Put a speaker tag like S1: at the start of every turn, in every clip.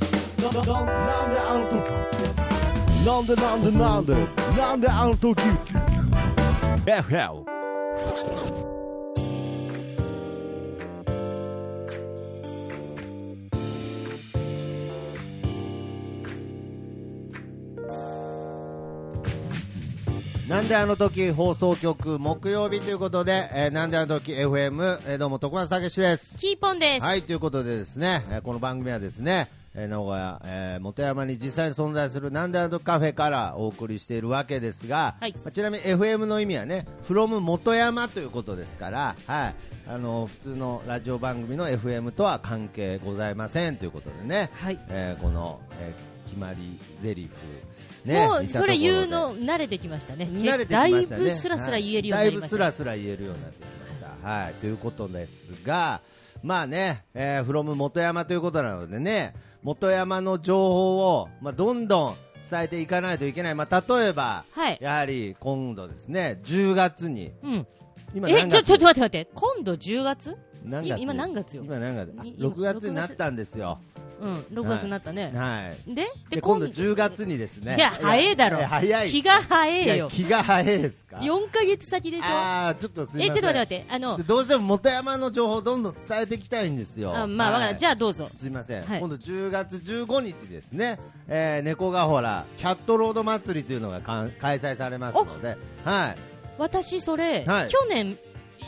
S1: なんであの時なんでなんでなんでなんであの時 FM
S2: なんであの時放送局木曜日ということで、えーなんであの時 FM、えーどうも徳松武史です。
S3: キーポンです。
S2: はい、ということでですね、えーこの番組はですね、えー名古屋、えー元山に実際に存在するなんであの時カフェからお送りしているわけですが、
S3: はい
S2: まあちなみに FM の意味はね、from 元山ということですから、はい、あの、普通のラジオ番組の FM とは関係ございませんということでね、
S3: はい
S2: えーこの、えー決まり台詞、ね、
S3: も
S2: 見
S3: う
S2: たと
S3: そ
S2: ころで
S3: れ言うの慣れてきましたね。
S2: 慣れてきましたね
S3: だいぶスラスラ言えるようになり
S2: はいだい
S3: ました。
S2: ぶスラスラ言えるようになってきましたはいということですがまあね、えー、from 元山ということなのでね元山の情報を、まあ、どんどん伝えていかないといけない、まあ、例えば、
S3: はい
S2: やはり今度ですね10月に
S3: うん。
S2: 今
S3: え、
S2: 何
S3: ちょ、
S2: 月
S3: ちょっと待って待って。今度10月
S2: 何
S3: い今何月よ
S2: 今何月あ
S3: い今
S2: 6月になったんですよ
S3: うん、6月になったね。
S2: はい
S3: で
S2: で今度10月にですね
S3: いや、早えだろ。
S2: や早い
S3: 気が早え
S2: いや
S3: よ。
S2: 気が早いですか
S3: 4ヶ月先でしょ
S2: ああちょっとすいませ
S3: え、
S2: ん
S3: ちょっと待って待って。あの
S2: で、どうしても元山の情報をどんどん伝えていきたいんですよ。
S3: あまあ、わかった。じ
S2: ゃ
S3: ゃあどうぞ。
S2: すいません、
S3: はい
S2: 今度10月15日ですね、えー、猫がほら、キャットロード祭りというのがかん開催されますので、は
S3: 私、それ、
S2: はい
S3: 去年、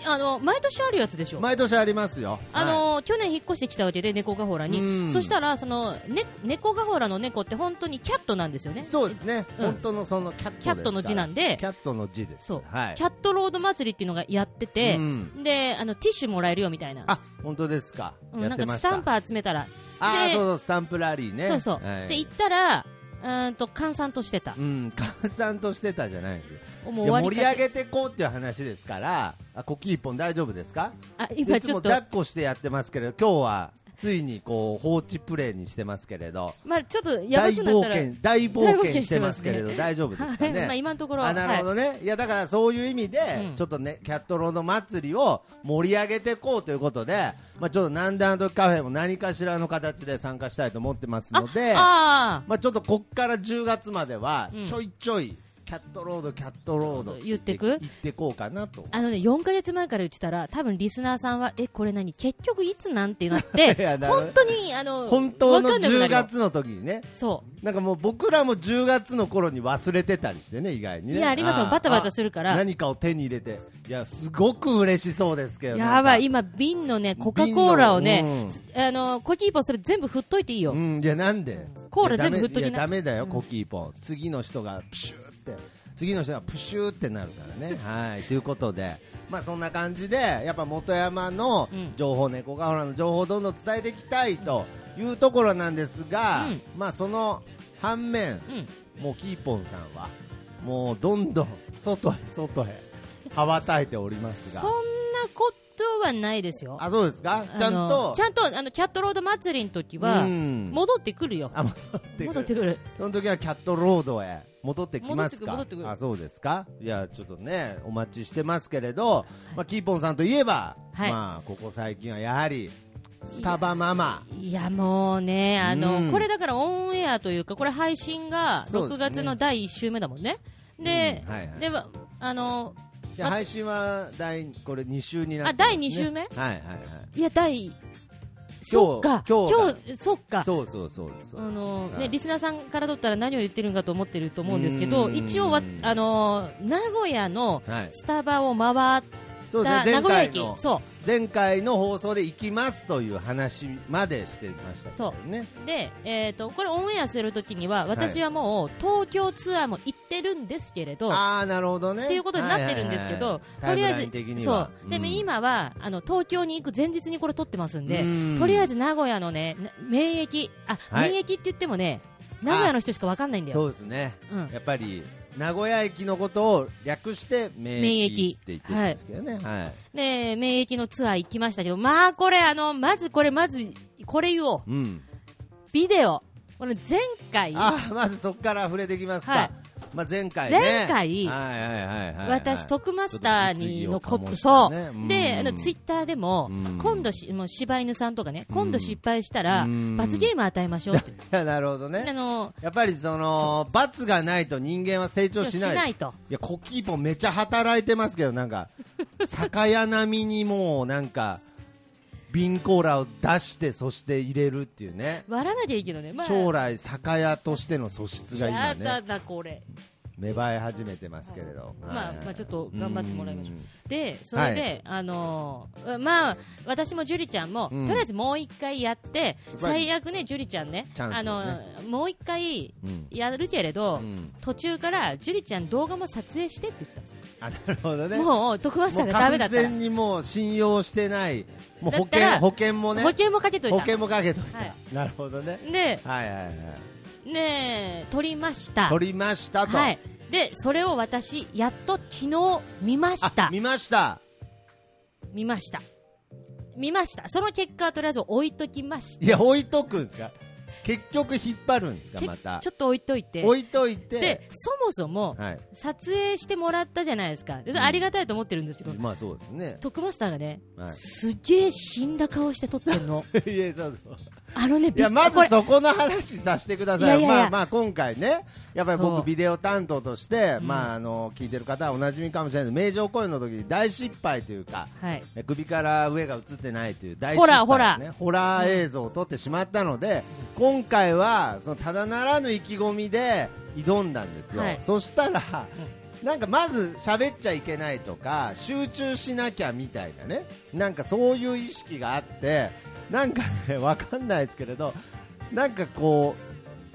S3: あの、毎年あるやつでし
S2: い、
S3: ょ。
S2: 毎年ありますよ、
S3: あの去年引っ越してきたわけで、猫がほら
S2: うん
S3: に、そしたらその、ね、猫がほらの猫って本当にキャットなんですよ
S2: は
S3: ね、
S2: いそうですね、
S3: うん
S2: 本当のそのキャットですから
S3: キャットの字なんで
S2: キャットの字です、
S3: そう、
S2: はい、
S3: キャットロード祭りっていうのがやってて、
S2: うん
S3: であのティッシュもらえるよみたいな、
S2: あ本当ですか、
S3: うん
S2: や
S3: な
S2: っ
S3: ん
S2: て
S3: か
S2: まし
S3: ス
S2: た
S3: タンプ集めたら、
S2: あー
S3: で
S2: そうそう、スタンプラリーね、
S3: そうそう、
S2: はい
S3: で行ったら、うーんと閑散としてた、
S2: うん、閑散としてたじゃないですよ
S3: もう
S2: い
S3: 終
S2: や
S3: わ
S2: 盛
S3: り
S2: り
S3: か
S2: 上
S3: け
S2: げてこうっていう話ですから、あコキーポン大丈夫ですか
S3: あ
S2: い
S3: 今
S2: つ
S3: ちょ
S2: も
S3: っと、
S2: 抱っこしてやってますけれど、今日はついにこう放置プレイにしてますけれど、
S3: まあ、ちょっとやば
S2: 大
S3: くなっ
S2: 冒
S3: たら、
S2: 険大
S3: 大
S2: 冒
S3: 冒
S2: 険
S3: 険
S2: し
S3: してて
S2: ま
S3: ますす
S2: け
S3: ね
S2: れど、大丈夫ですか
S3: はいまあ、
S2: ね。
S3: 今のところ、
S2: あなるほ
S3: はい
S2: どね、い、やだからそういう意味で、
S3: うん
S2: ちょっとね、キャットロード祭りを盛り上げていこうということで、まあ、ちょっとなんであの時カフェも何かしらの形で参加したいと思ってますので、
S3: あ
S2: まあ、ちょっとこっから10月までは
S3: うん
S2: ちょいちょいキャットロード、キャットロード
S3: 言って
S2: 言
S3: く
S2: ってこうかなと
S3: あ。あのね、4か月前から言ってたら、多分リスナーさんは、え、これ何、結局いつなんてなっ
S2: いや
S3: て、
S2: なるほど
S3: 本当に、あの、
S2: 本当の
S3: わかんなくな
S2: 10
S3: るよ
S2: 月の時にね、
S3: そ
S2: なんかもう僕らも10月の頃に忘れてたりしてね、意外にね。
S3: いやありますよ
S2: ー
S3: バタバタするから
S2: あ何かを手に入れて、いや、すごく嬉しそうですけど
S3: う、
S2: ね
S3: やばい、、今、瓶のね、コカ・コーラを
S2: 瓶
S3: ね
S2: の、
S3: あの、コキーポン、それ全部振っといていいよ
S2: う。ん、いや、なんで
S3: コーラ
S2: いやダメ
S3: 全部振っときない
S2: や、ダメだよ、
S3: うん
S2: コキーポン。次の人がプシューって、次の人がプシューってなるから ね。はい、ということで。まあそんな感じで、やっぱ元山の
S3: うん
S2: 情報、猫がほらの情報をどんどん伝えていきたいというところなんですが、
S3: うん
S2: まあその反面、
S3: うん。
S2: もうキーポンさんはもうどんどん外へ外へ羽ばたいております
S3: そん
S2: が
S3: なことはないですよ。
S2: あそうですかちゃん
S3: あの
S2: と
S3: ちゃんと、あの、キャットロード祭りの時は、
S2: うん
S3: 戻ってくるよ。
S2: あ戻ってく
S3: 戻
S2: る
S3: ってくる。
S2: その時はキャットロードへ戻ってきますか
S3: 戻ってくる戻ってくる
S2: あそうですかいやちょっとねお待ちしてますけれど、まあ、キーポンさんといえば、
S3: はい
S2: まあここ最近はやはりスタバママ
S3: いや、もうね、あの、
S2: うん
S3: これだからオンエアというか、これ配信が
S2: そうで
S3: 6
S2: すね
S3: 月の第1週目だもんね。で、
S2: うんはいはい
S3: では、あの、
S2: いや配信は第これ2週になって
S3: あ第二週目
S2: はいはいはい
S3: いや、第、そっか、
S2: 今日
S3: 今日、そっか。
S2: そうそうそうです
S3: あの
S2: は
S3: ね、
S2: い
S3: リスナーさんから取ったら何を言ってるんかと思ってると思うんですけど
S2: うん
S3: 一応はあのー名古屋の
S2: はい
S3: スタバを回っ
S2: そうで
S3: た、
S2: すね
S3: 名
S2: 前
S3: 古屋
S2: 回
S3: 駅
S2: の
S3: そ
S2: 前回の放送で行きますという話までしてましたけどね
S3: うで、えー、とこれオンエアするときには私はもう東京ツアーも行ってるんですけれど、
S2: ああなるほどね
S3: っていうことになってるんですけど、
S2: はいはいはいタイムライン
S3: とり
S2: 的
S3: あえ
S2: に
S3: ず、そ
S2: は
S3: う、で
S2: ん
S3: 今はあの東京に行く前日にこれ撮ってますんで、
S2: うん
S3: とりあえず名古屋のね、な免疫、あ、
S2: はい
S3: 免疫って言ってもね、名古屋の人しかわかんないんだよ。
S2: そうですね
S3: うん
S2: やっぱり名古屋駅のことを略して免疫って言ってるんですけどねはい
S3: で、免疫のツアー行きましたけど、まあこれ、あの、まずこれ、まず、これ言おう。
S2: うん
S3: ビデオ。これ前回、
S2: あーまずそこから触れていきます
S3: は
S2: か
S3: い
S2: まあ、前回ね
S3: 前回
S2: はいはいはいはいはい
S3: 私、トクマスターにの
S2: ちょっと
S3: こ
S2: 物議を醸した
S3: そう、
S2: ねうん
S3: であのツイッターでも、
S2: うん
S3: 今度しもう柴犬さんとかね、
S2: うん
S3: 今度失敗したら、
S2: うん
S3: 罰ゲーム与えましょうって、
S2: いやなるほど
S3: あ
S2: ね
S3: の
S2: やっぱりその罰がないと人間は成長しない
S3: と、
S2: いやコキーポンめっちゃ働いてますけどなん か酒屋並みにもうなんか瓶コーラを出してそして入れるっていうね、
S3: 割らなきゃいいけどね、まあ、
S2: 将来酒屋としての素質が今
S3: やだ
S2: ね
S3: な、これ、
S2: 芽生え始めてますけれど、
S3: まあまあ、ちょっと頑張ってもらいましょう。で、そ
S2: は
S3: れ
S2: い
S3: で、あのーまあ、私も樹里ちゃんも、
S2: うん
S3: とりあえずもう一回やって、
S2: ぱ
S3: 最悪ね、樹里ちゃんね、
S2: チャンス
S3: あの
S2: よね
S3: ーもう一回
S2: うん、うん
S3: やるけれど、
S2: うん
S3: 途中から樹里ちゃん動画も撮影してって言ってたんですよ、
S2: あなるほどね
S3: もう徳橋さんがダメだ
S2: 完
S3: ったら、
S2: 全にもう信用してないもう保
S3: だった
S2: 険
S3: ら
S2: 保険もね
S3: 保険もかけとい
S2: 保
S3: た
S2: 険もかけといた、
S3: はい
S2: なるほどね
S3: で
S2: はいはいはい
S3: ねえ撮りました
S2: 取りましたと、
S3: はい、でそれを私やっと昨日見まし
S2: あ
S3: た
S2: 見ました
S3: 見ました見ましたその結果はとりあえず置いときまし
S2: いや置いとくんですか結局引っ張るんです
S3: た
S2: かまた
S3: けちょっと置いといて
S2: 置いといて
S3: でそもそも
S2: はい
S3: 撮影してもらったじゃないですかでそれ
S2: うん
S3: ありがたいと思ってるんですけど、
S2: まあそうですね
S3: トクマスターがね、
S2: はい
S3: すげえ死んだ顔して撮ってんの
S2: いやそうそう
S3: あのね
S2: いや
S3: びっ
S2: ま
S3: こ
S2: ず
S3: れ
S2: そこの話させてください
S3: いやいやいや
S2: まあまあ今回ねやっぱり
S3: そう
S2: 僕ビデオ担当として、
S3: うん
S2: まああの聞いてる方はおなじみかもしれないけど名城公演の時に大失敗というか
S3: はい
S2: え首から上が映ってないという大失
S3: ほ
S2: 敗、ね、
S3: らほら
S2: ホラー映像を撮ってしまったので、今回はそのただならぬ意気込みで挑んだんですよ、
S3: はい
S2: そしたら、なんかまず喋っちゃいけないとか集中しなきゃみたいなねなんかそういう意識があってなんかね わかんないですけれどなんかこ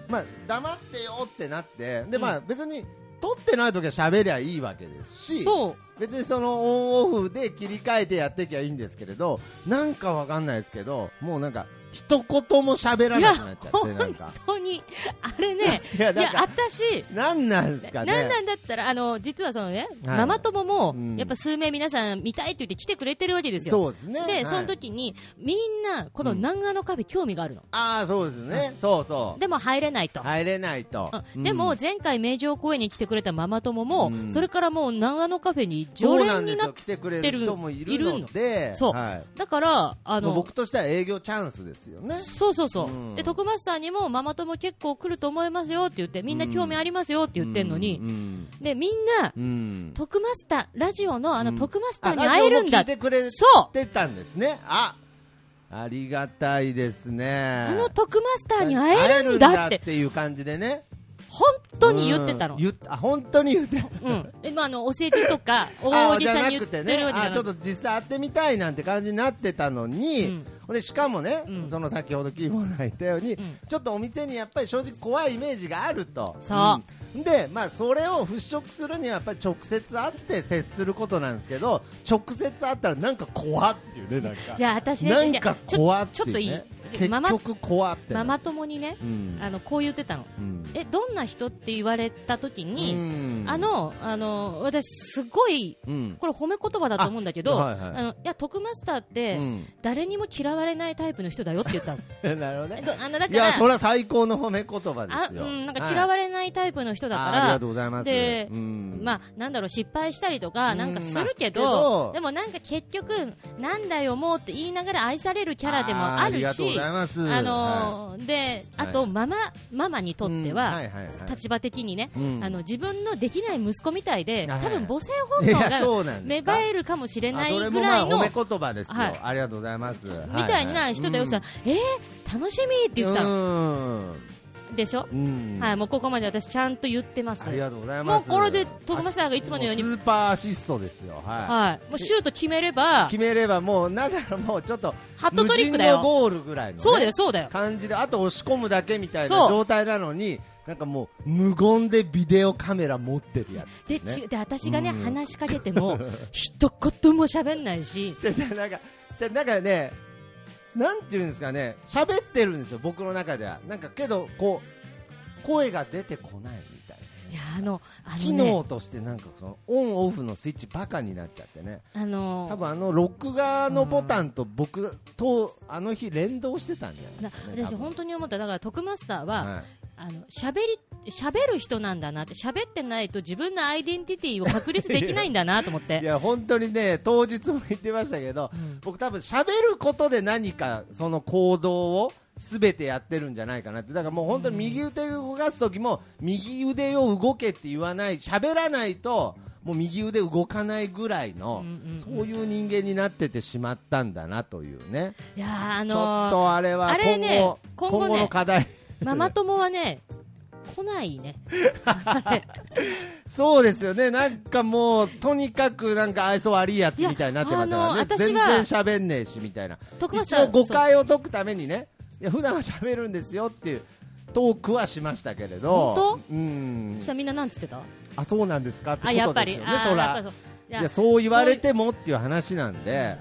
S2: う、まあ、黙ってよってなってで、まあ、別に撮ってない時は喋りゃいいわけですし
S3: そう
S2: 別にそのオンオフで切り替えてやっていきゃいいんですけれどなんかわかんないですけどもうなんか一言も喋ら
S3: い
S2: な
S3: や
S2: くなっちゃってなん
S3: 本
S2: か
S3: 当にあれね
S2: いや
S3: いや
S2: なんか
S3: 私
S2: なんなんですかね
S3: なんなんだったら、あの実はそのね、
S2: はい
S3: ママ友も、
S2: うん
S3: やっぱ数名皆さん見たいって言って来てくれてるわけですよ。
S2: そうですね
S3: で、
S2: はい
S3: その時に、みんな、この
S2: うん
S3: 南アのカフェ興味があるの。
S2: ああそうですね、そうそう
S3: でも入れないと。
S2: 入れないと、
S3: うんでも、前回名城公園に来てくれたママ友も、
S2: うん
S3: それからもう南アのカフェに
S2: 常
S3: 常
S2: 連
S3: 連
S2: に
S3: に
S2: な
S3: な
S2: っ
S3: って
S2: 来てくれる人もいるので
S3: のそう
S2: はい
S3: だから、あ
S2: もう
S3: の
S2: 僕、としては営業チャンスですよね
S3: そうそうそう。
S2: うん
S3: で、徳マスターにも、ママ友結構来ると思いますよって言って、みんな興味ありますよって言ってんのに、
S2: うん
S3: で、みんな、
S2: うんうん
S3: 徳マスター、ラジオのあ
S2: う
S3: の
S2: ん
S3: 徳マスタ
S2: あ
S3: ーに会えるんだ
S2: ラジオも聞いてくれ
S3: そう
S2: てたんですねあありがたいですね
S3: あの徳マスターに会えるんだっ
S2: 会える
S3: て
S2: ん、いう感じでね
S3: 本当に言ってたの。
S2: うん言っあ本当に言って
S3: うん。え、まあ、あの、お世辞とか、大
S2: あ
S3: おじ
S2: じゃ
S3: さん
S2: な
S3: に言
S2: く
S3: って
S2: て
S3: る
S2: ね
S3: ように
S2: あちょっ
S3: な
S2: と実際会ってみたいなんて感じになってたのに、
S3: うん
S2: ほんでしかもね、
S3: うん
S2: その先ほどキーボードが言ったように、
S3: うん
S2: ちょっとお店にやっぱり正直怖いイメージがあると
S3: そ
S2: んでまあそれを払拭するにはやっぱり直接会って接することなんですけど直接会ったらなんか怖っていうねなんか
S3: じゃあ、私ね、
S2: なんか
S3: ちょ
S2: 怖って
S3: ちょっとい
S2: い
S3: いう
S2: ね
S3: ちょ
S2: 結
S3: ママ
S2: 局怖ってな
S3: マ
S2: る
S3: マ友にね、
S2: うん
S3: あの、こう言ってたの。
S2: うん
S3: え、どんな人って言われた時に、
S2: うん
S3: あの、あの、私、すごい、
S2: うん
S3: これ褒め言葉だと思うんだけど、
S2: あ
S3: あ,、
S2: はいはい
S3: の、いや、徳マスターって、
S2: うん
S3: 誰にも嫌われないタイプの人だよって言ったん です。
S2: なるほどね
S3: えどあの、だ
S2: い
S3: か
S2: や
S3: ら、
S2: それは最高の褒め言葉で
S3: あ、
S2: す
S3: う
S2: よ
S3: ん、なんか嫌
S2: れ
S3: われないタイプの人だか
S2: あり
S3: ら
S2: がとう、ございます
S3: で
S2: うん
S3: まあ、なんだろう失敗したりと
S2: う
S3: か
S2: ん
S3: なんかするけ
S2: まあけ
S3: ど,、
S2: ど
S3: でもなんか結局なんだよもうって言いながら愛されるキャラでもある
S2: あーありがとうご
S3: し
S2: ざいます
S3: あのーであと、
S2: はい
S3: ママママにとって
S2: うん
S3: は、
S2: いはいはい
S3: 立場的にね、
S2: うん
S3: あの自分のできない息子みたいで、
S2: はい
S3: 多分母性本
S2: い
S3: 能
S2: や
S3: が
S2: そうなんで
S3: 芽
S2: す
S3: 生
S2: か
S3: えるかもしれな
S2: あそ
S3: い
S2: れ
S3: ぐ
S2: も
S3: ら
S2: まあ
S3: いの、
S2: 褒め言葉ですよ
S3: はい
S2: ありがとうございますみ
S3: みたいな人だよ、そしたらえー、楽しみって言ってたのでしょ、
S2: うん
S3: はい、もうここまで私ちゃんと言ってます
S2: ありがとうござい
S3: も
S2: ま
S3: う
S2: す
S3: これで徳間さんがいつものように
S2: もスーパーアシストですよは
S3: はい、もうシュート決めれば
S2: い決めればもうなんだろうもうちょっと
S3: ハットトリッ
S2: 無人
S3: クだ
S2: の
S3: よ
S2: ゴールぐらいのね
S3: そうだよそうだよ
S2: 感じであと押し込むだけみたい
S3: そ
S2: な
S3: う
S2: 状態なのになんかもう無言でビデオカメラ持ってるやつ
S3: で,、
S2: ね
S3: ちで私がね、
S2: うん
S3: 話しかけ ても一言も喋んないし
S2: じゃじゃなんかじゃなんかねなんていうんですかね喋ってるんですよ僕の中ではなんかけどこう声が出てこないみたい
S3: いやあのあ
S2: な
S3: の、
S2: 機
S3: ね、
S2: 能としてなんかそのオンオフのスイッチバカになっちゃってね
S3: あの
S2: 多分あの録画のボタンと僕とあの日連動してたんじゃない
S3: な
S2: ですか、ね、
S3: 私本当に思っただから徳マスターは、
S2: は
S3: あの喋り喋る人なんだなって喋ってないと自分のアイデンティティを確立できないんだなと思っ
S2: い
S3: て。
S2: や本当にね当日も言ってましたけど、
S3: うん
S2: 僕多分喋ることで何かその行動を全てやってるんじゃないかなってだからもう本当に右腕を動かす時も右腕を動けって言わない喋らないともう右腕動かないぐらいの、
S3: うんうんうん
S2: そういう人間になっててしまったんだなというね、
S3: いやーあ
S2: ちょっ
S3: の
S2: とあれは
S3: あれ
S2: 今後,、
S3: ね
S2: 今
S3: 今
S2: 後
S3: 後ね
S2: の課題
S3: ー、ママ友はね来ないね。
S2: そうですよねなんかもうとにかくなんか愛想悪いやつみたいになってますから
S3: いや
S2: ね
S3: あの
S2: 全
S3: 私は
S2: 然喋んねえしみたいな
S3: 徳松
S2: 一
S3: さ
S2: 応
S3: ん
S2: 誤解を解くためにねいや普段は喋るんですよっていうトークはしましたけれど
S3: 本
S2: うん
S3: そうしたらみんななんつってた？
S2: あそうなんですかって
S3: あ
S2: こ
S3: やっ
S2: と
S3: ぱ
S2: で
S3: り
S2: すよね
S3: あ
S2: そ
S3: ーやっぱ
S2: ら
S3: りそう。い
S2: い
S3: や
S2: やそう言われてもっていう話なんで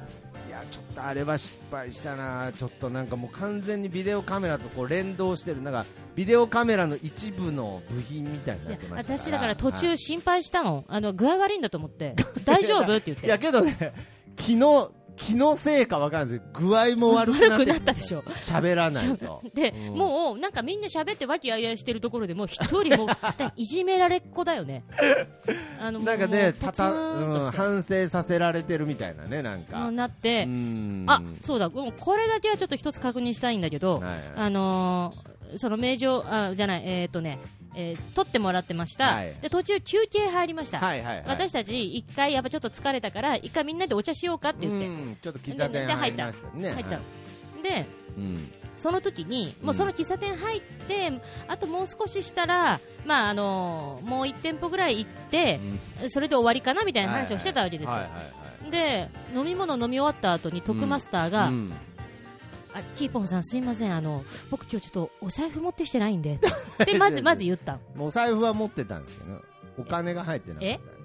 S2: いやちょっとあれは失敗したなちょっとなんかもう完全にビデオカメラとこう連動してるなんかビデオカメラの一部の部品みたいに
S3: い
S2: なっ
S3: や
S2: てましたから
S3: 私だから途
S2: は
S3: 中心配したの、あの具合悪いんだと思って、大丈夫って言っ
S2: いいや
S3: て、
S2: けどね気の気のせいかわからないですけど具合も悪くな
S3: 悪
S2: っ
S3: く
S2: て
S3: なったでしょ。
S2: 喋らない と
S3: で、
S2: うん
S3: もうなんかみんな喋って和気あいあいしてるところでもう一人 もういじめられっ子だよね。あの
S2: なんか
S3: も
S2: ね
S3: う、
S2: た
S3: ポツ
S2: た、
S3: ーンと
S2: うん、
S3: して
S2: 反省させられてるみたいなね、なんか。
S3: なって、
S2: うん
S3: あそうだ、もうこれだけはちょっと一つ確認したいんだけど、
S2: はいはい
S3: あのーその名城あじゃない、えーっとね、えー取ってもらってました、
S2: はい
S3: で途中休憩入りました、
S2: はいはいはい。
S3: 私たち一回やっぱちょっと疲れたから一回みんなでお茶しようかって言って、
S2: うんちょっと喫茶店
S3: で
S2: 入りましたね。
S3: 入った
S2: はい
S3: ので
S2: うん
S3: その時に、
S2: うん
S3: もうその喫茶店入って、あともう少ししたら、まああのーもう1店舗ぐらい行って、それで終わりかなみたいな話をしてたわけですよ、
S2: はいはいはい
S3: で飲み物飲み終わった後に徳マスターが、
S2: うん
S3: あキーポンさん、すいませんあの僕、今日ちょっとお財布持ってきてない んででまずまず言ったの
S2: もうお財布は持ってたんですけど、お金が入ってなかったんです。はい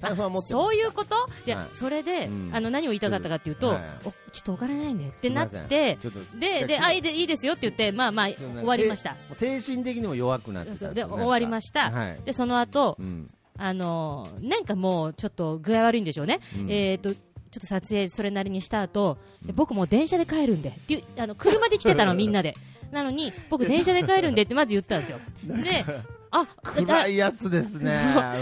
S2: 財布は持って
S3: そういううことで、
S2: はい
S3: それで、
S2: うん
S3: あの何を言いたかったかっていうと、
S2: はい
S3: おちょっとお金ないんでってなっ
S2: すいま
S3: て。
S2: ちょっと
S3: でであいいでいいですよって言って、まあまあ、
S2: ちょ
S3: 終
S2: っと
S3: わりました、
S2: え精神的にも弱くなってたんすよ
S3: で
S2: なんか
S3: 終わりました
S2: はい。
S3: でその後
S2: うん
S3: あのーなんかもうちょっと具合悪いんでしょうね、
S2: うん
S3: えー、とちょっと撮影それなりにした後、で僕もう電車で帰るんでっていうあの車で来て たの、みんなでなのに僕、電車で帰るんでってまず言ったん ですよ。であ
S2: 暗いやつです ね。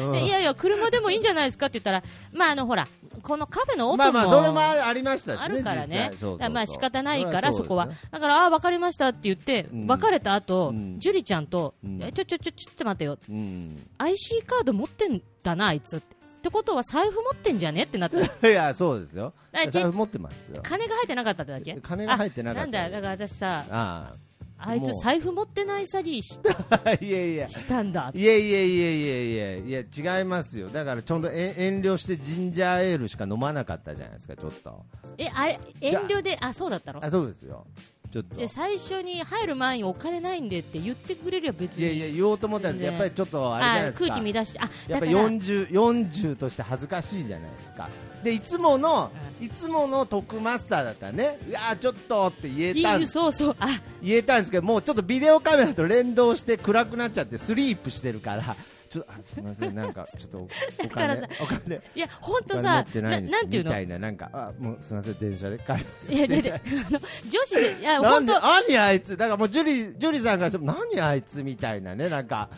S2: うん
S3: いやいや、車でもいいんじゃないですかって言ったら、まあ、あのほら、このカフェの奥も
S2: まあまあ、それもありましたしね。
S3: あるから
S2: 実際
S3: ね
S2: そうそうそう
S3: だからまあ仕方ないから、
S2: れ
S3: そ
S2: は
S3: こ
S2: う
S3: は
S2: ですね。
S3: だから、ああ、別れましたって言って、
S2: うん
S3: 別れた後、
S2: うん
S3: ジュリちゃんと、
S2: うん
S3: えちょちょちょ、ちょっと待てよ、
S2: うん。
S3: IC カード持ってんだな、あいつって。ってことは、財布持ってんじゃねって なって、
S2: いや、そうですよ
S3: だから。じ
S2: 財布持ってますよ。
S3: 金が入ってなかったってだけ
S2: 金が入ってなかった
S3: あなんだ、だから私さ、
S2: あ
S3: あい
S2: もう
S3: つ財布持ってない詐欺し
S2: あ。 いやいや。
S3: したんだ。
S2: いやいやいやいやいやいや違いますよだからちょうどえ遠慮してジンジャーエールしか飲まなかったじゃないですかちょっと
S3: え、あれ、遠慮で、あ、そうだったの
S2: あそうですよちょっと
S3: で最初に入る前にお金ないんでって言ってくれりゃ別
S2: い
S3: に。
S2: やいや言おうと思ったんですけどやっぱりちょっとあれじゃないですか
S3: あ空気乱して、あ、
S2: やっぱ
S3: だから、
S2: 40, 40として恥ずかしいじゃないですかでいつものいつもの徳マスターだったらねうわーちょっとって言えたん
S3: いいそうそう、あ、
S2: 言えたんですけどもうちょっとビデオカメラと連動して暗くなっちゃってスリープしてるからちょっとあすみませんなんかちょっとおお
S3: から
S2: 金
S3: さ
S2: お金
S3: いや、本
S2: お
S3: 当
S2: 金持
S3: さ
S2: ってな
S3: ない
S2: んで
S3: な
S2: す
S3: んていう
S2: み
S3: の
S2: たいななんかあもうすみません電車で帰る
S3: いや、で、で、 あの、女子で、いや、
S2: なん
S3: 本
S2: で
S3: 当、あ
S2: 何あいつだからもうジュリジュリさんからしても何あいつみたいなねなんか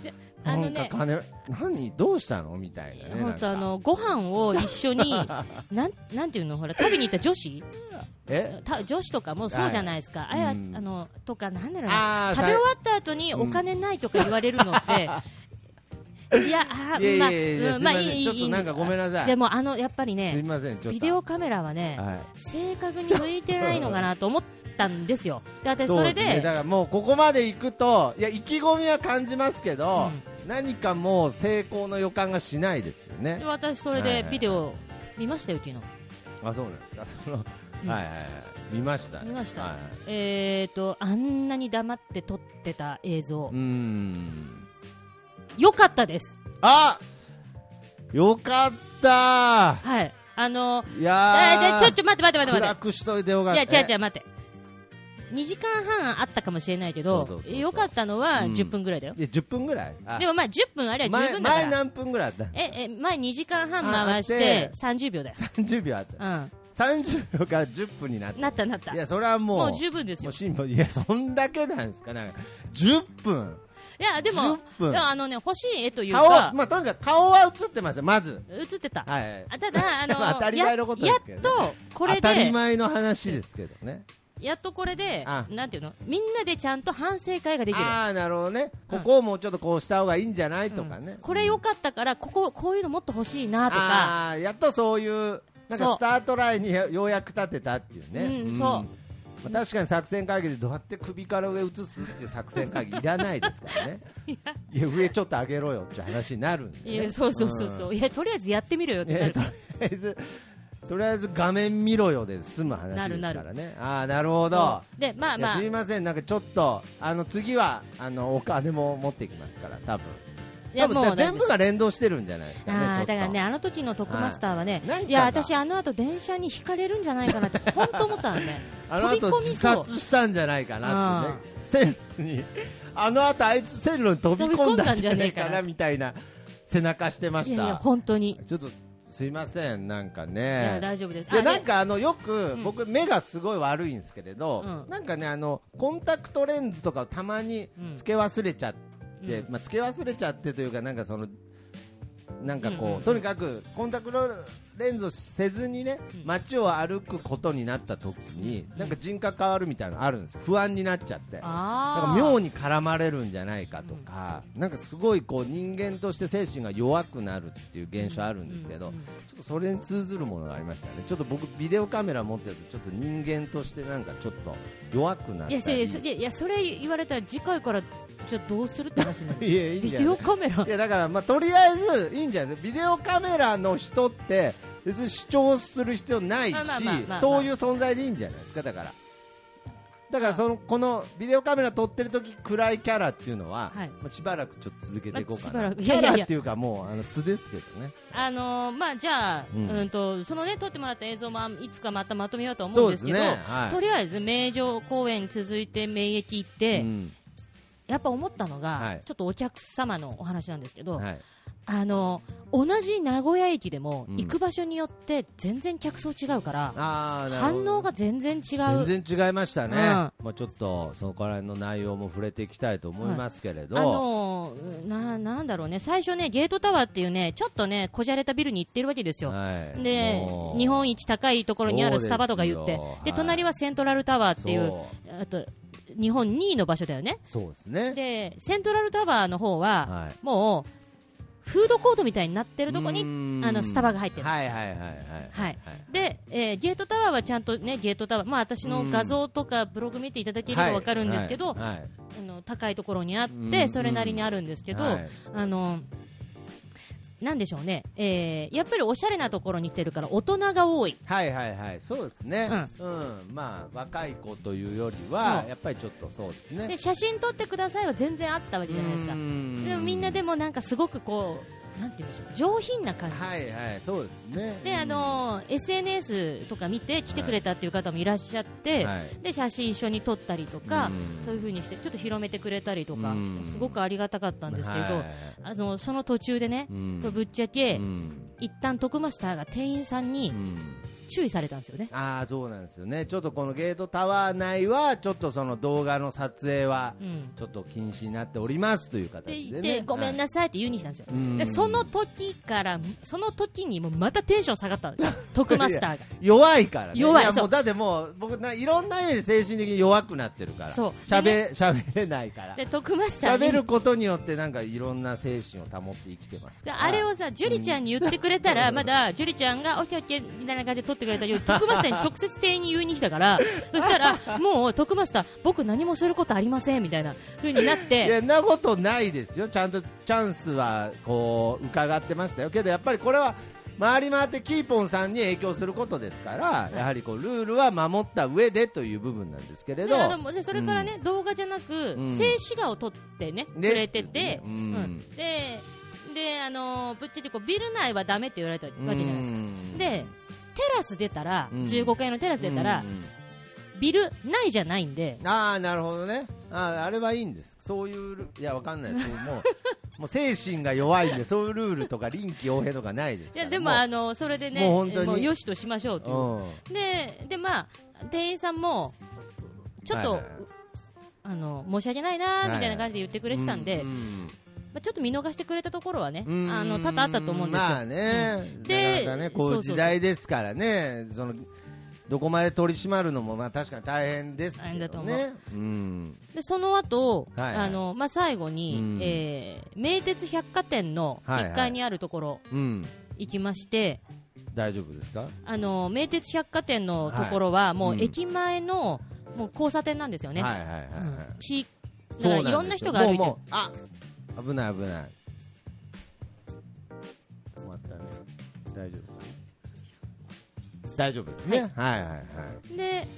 S2: な
S3: の
S2: んか
S3: ね、
S2: 金何どうしたのみたいなねな
S3: 本
S2: ん
S3: 当
S2: か
S3: あの、ご飯を一 緒に、なん、なんていうの、ほら、食べに行った女子
S2: え
S3: た女子とかもそうじゃないですか。
S2: い
S3: あや、あ
S2: うん
S3: の、とか、なんだろう
S2: あー
S3: な食べ終わった後に
S2: うん
S3: お金ないとか言われるのって、 いや、
S2: いや
S3: あー、
S2: い
S3: ま
S2: やいやすい
S3: あ、うんま
S2: ま
S3: あ、
S2: せん
S3: いい、いい
S2: ちょっとなんかごめんなさい
S3: でも、あの、やっぱり
S2: すみ
S3: ね、
S2: ませんちょっと
S3: ビデオカメラはね、
S2: はい
S3: 正確に向いてないのかなと思ったんで すよ。だって、それ
S2: うすね、
S3: で、
S2: だからもうここまで行くといや意気込みは感じますけど、何かもう成功の予感がしないですよね
S3: で私、それ
S2: はいはい
S3: で
S2: はい
S3: ビデオ見ましたよ、昨日。
S2: あそうなんですか その、
S3: うん
S2: はいはいはい見ましたね
S3: 見ました
S2: はいはい、
S3: えーと、あんなに黙って撮ってた映像
S2: うー、ん
S3: 良かったです。
S2: あよかった
S3: はい。あの、
S2: いやー
S3: あでちょ、ちょ、待って待って待って
S2: 暗
S3: 待
S2: くしといてよかっ
S3: って。
S2: た
S3: いや、違う違う、待って。2時間半あったかもしれないけ
S2: そうそう
S3: ど
S2: そう、そう
S3: 良かったのは
S2: うん
S3: 10分ぐらいだよ。
S2: いや10分ぐらいあ
S3: でもまあ10分あれば十
S2: 前
S3: 分だか
S2: 前
S3: ら。
S2: 何分ぐらいあった
S3: え、え、前2時間半
S2: あ
S3: 回し
S2: あって
S3: て30秒だよ。
S2: 30秒あった
S3: う
S2: 30秒から10分になっ
S3: ん。
S2: た
S3: なったなった
S2: い。やそれはもう
S3: もう十分です
S2: も
S3: よ
S2: う。辛抱いやそんだけなんですかなんか10分
S3: いや、でも、
S2: 10分
S3: いやあのね、欲しい絵という
S2: 顔
S3: か、
S2: まあとにかく顔は映ってますよまず
S3: 映ってた。
S2: はいはい
S3: あただ、あ の、
S2: まあ当たり前のことですけどね
S3: ややっと、これ
S2: 当たり
S3: で、
S2: 前の話ですけどね
S3: やっとこれで
S2: あ、
S3: なんていうのみんなでちゃんと反省会ができる。
S2: ああなるほどねここをもうちょっとこうした方がいいんじゃないとかね、
S3: これ良かったから、ここ、こういうのもっと欲しいなとか、
S2: ああやっとそういうなん
S3: そ
S2: か
S3: う
S2: スタートラインにようやく立てたっていうね、
S3: うん
S2: ん
S3: そ
S2: まあ確かに作戦会議でどうやって首から上移すっていう作戦会議いらないですから ねいや上ちょっと上げろよって話になるんで、
S3: い
S2: ね
S3: や、そうそうそうそう、いや、とりあえずやってみろよってなるから。
S2: とりあえずとりあえず画面見ろよで済む話です
S3: な
S2: か
S3: る
S2: らねああなるほど
S3: そうで、まあ
S2: いや
S3: まあ
S2: すみ、ません、なんかちょっとあの次はあのお金も持ってきますから、多分
S3: いや
S2: 多分
S3: もう
S2: だから全部が連動してるんじゃないですかね、ちょっ
S3: あ
S2: と
S3: ーだからね、あの時のトップマスターはね、
S2: はい
S3: い、や、
S2: なんかが
S3: 私、あの後電車にひかれるんじゃないかなって、本当思ったんね
S2: あの
S3: 飛び
S2: 後
S3: 込み
S2: 自
S3: そう、
S2: 殺したんじゃないかなってね、線路に、あの後あいつ線路に飛び込んだんじゃないかなみたいな背中してま
S3: い
S2: し
S3: やいや、
S2: た、
S3: 本当に、
S2: ちょっとすいません、なんか
S3: いや、
S2: ね。
S3: 大丈夫です、
S2: いや
S3: あ
S2: なん
S3: で
S2: かあのよく
S3: ん
S2: 僕、目がすごい悪いんですけれど、
S3: うん
S2: なんかねあのコンタクトレンズとかをたまに
S3: うん
S2: つけ忘れちゃって
S3: う
S2: で
S3: ん、
S2: まあ、つけ忘れちゃってというか、なんかその、なんかこう、
S3: うんうん
S2: とにかくコンタクトレンズをせずにね、
S3: うん
S2: 街を歩くことになった時に、なんか人格変わるみたいなのあるんですよ、不安になっちゃって。なん
S3: あ
S2: か
S3: ー
S2: 妙に絡まれるんじゃないかとか、なんかすごいこう人間として精神が弱くなるっていう現象あるんですけど、
S3: うんうんうん
S2: ちょっとそれに通ずるものがありましたね、ちょっと僕、ビデオカメラ持ってると、ちょっと人間としてなんかちょっと弱くなったり
S3: いやそれいやいやそれ言われたら次回からじゃあどうするって話にな る
S2: いやいいん
S3: ビ
S2: じゃ
S3: デ
S2: ない
S3: オカメラ
S2: いやだから、まあ、とりあえずいいんじゃないですかビデオカメラの人って別に主張する必要ないし
S3: まあまあまあまあまあ
S2: そういう存在でいいんじゃないですかだからだからそのこのビデオカメラ撮ってる時暗いキャラっていうのは、
S3: はい
S2: まあ、しばらくちょっと続けていこうか
S3: まあしば
S2: な、
S3: らくい
S2: キ
S3: やいやいや
S2: ャラっていうかもうあの素ですけどね
S3: あのーまあじゃあ、
S2: う
S3: うんん、とそのね撮ってもらった映像もあいつかまたまとめようと思うんですけど
S2: そうですねはい
S3: とりあえず名城公園に続いて名駅行って、
S2: うん
S3: やっぱ思ったのが、
S2: はい
S3: ちょっとお客様のお話なんですけど、
S2: はい、
S3: あの同じ名古屋駅でも、
S2: うん
S3: 行く場所によって全然客層違うから
S2: あーなるほ
S3: 反
S2: ど
S3: 応が全然違う
S2: 全然違いましたね、
S3: うん
S2: まあ、ちょっとそこら辺の内容も触れていきたいと思いますけれど、
S3: あのーななんだろうね最初ねゲートタワーっていうねちょっとねこじゃれたビルに行ってるわけですよ、
S2: はい
S3: で
S2: もう
S3: 日本一高いところにあるスタバとか言ってで
S2: そうですよはい
S3: 隣はセントラルタワーっていう
S2: そ
S3: あと日本2位の場所だよね
S2: そうですね
S3: でセントラルタワーの方は、
S2: はい
S3: もうフードコートみたいになってるとこ
S2: う
S3: に
S2: ーん
S3: あのスタバが入ってる
S2: はいはいはいはい
S3: はいで、えーゲートタワーはちゃんとねゲートタワーまあ私の画像とかブログ見ていただければわかるんですけど、
S2: はいはい
S3: あの高いところにあっ
S2: うん
S3: てそれなりにあるんですけど、
S2: はい
S3: あのなんでしょうね、えーやっぱりおしゃれなところに行ってるから大人が多い
S2: はいはいはいそうですねうん、まあ若い子というよりは
S3: そう
S2: やっぱりちょっとそうですね
S3: で写真撮ってくださいは全然あったわけじゃないですか
S2: うー
S3: でもみんなでもなんかすごくこうなんて言うんでしょう上品な感じ、
S2: はいはいそうですね
S3: であのー SNS とか見て来てくれたっていう方もいらっしゃって、
S2: はい
S3: で写真一緒に撮ったりとか、
S2: うん
S3: そういう風にしてちょっと広めてくれたりとかして
S2: うん
S3: すごくありがたかったんですけど、
S2: はい
S3: あのその途中でね、
S2: うん
S3: これぶっちゃけ、
S2: うん
S3: 一旦徳マスターが店員さんに
S2: うん
S3: 注意されたんですよね、
S2: ああそうなんですよねちょっとこのゲートタワー内はちょっとその動画の撮影は
S3: うん、
S2: ちょっと禁止になっておりますという
S3: って
S2: 形
S3: 言
S2: でね
S3: ってごめん
S2: はい
S3: なさいって言うにしたんですよ、
S2: うん
S3: でその時からその時にもうまたテンション下がったんです よ徳マスターが
S2: 弱いからね
S3: 弱い
S2: やも
S3: そうう
S2: だってもう僕ないろんな意味で精神的に弱くなってるから
S3: そう
S2: 喋
S3: で
S2: 喋れないから
S3: で徳マスターに
S2: 喋ることによってなんかいろんな精神を保って生きてますから
S3: あれをさ、ジュリちゃんに言ってくれたら、まだジュリちゃんがオッケーオッケーみたいな感じで取ってくれたけど、徳マスターに直接店員に言いに来た から、そしたら、もう徳マスター、僕何もすることありませんみたいな風になっ
S2: い
S3: て、
S2: やなことないですよちゃんとチャンスはこう伺ってましたよけどやっぱりこれは回り回ってキーポンさんに影響することですからやはりこうルールは守った上でという部分なんですけれ
S3: で
S2: ど
S3: あのでそれからね、動画じゃなく、
S2: ん
S3: 静止画を撮ってね、
S2: ね
S3: くれてて、
S2: うん
S3: うんで、で、あのーぶっちゃけこうビル内はダメって言われたわ
S2: うん
S3: けじゃないですか。で、テラス出たら、
S2: うん
S3: 15階のテラス出たら
S2: う、ん
S3: ビルないじゃないんで、
S2: ああなるほどねあーあれはいいんですそういうルいやわかんない ですもうもう精神が弱いんでそういうルールとか臨機応変とかないです
S3: い
S2: から
S3: やでも、
S2: う
S3: あのーそれでね、
S2: もう本当に
S3: もうよしとしましょうという。
S2: うん
S3: ででまあ店員さんもちょっ
S2: は
S3: と
S2: いはい
S3: あの申し訳ないなーみたいな感じで言ってくれてたんで、
S2: ううん
S3: まあ、ちょっと見逃してくれたところはね、
S2: うん
S3: あの多々あったと思うんですよ。
S2: まあね、なか
S3: で
S2: なかね、こ
S3: そうそううそう
S2: 時代ですからね、そのどこまで取り締まるのもまあ確かに大変です
S3: 大変
S2: け
S3: だと
S2: ど
S3: 思う
S2: ね。うん、
S3: でその後、
S2: はいはい
S3: あのまあ最後に、
S2: うん
S3: えー名鉄百貨店の
S2: はいはい
S3: 1階にあるところ
S2: うん、
S3: 行きまして、
S2: 大丈夫ですか？
S3: あの名鉄百貨店のところはもう
S2: うん
S3: 駅前の、もう交差点なんですよね。
S2: はいはいはいはい。
S3: うんし
S2: そ
S3: だ
S2: うですよ
S3: からいろんな人が歩いて
S2: もう
S3: る
S2: もうあ、危ない危ない。終わったね。大丈夫。大丈夫ですね。はいはいはい。
S3: で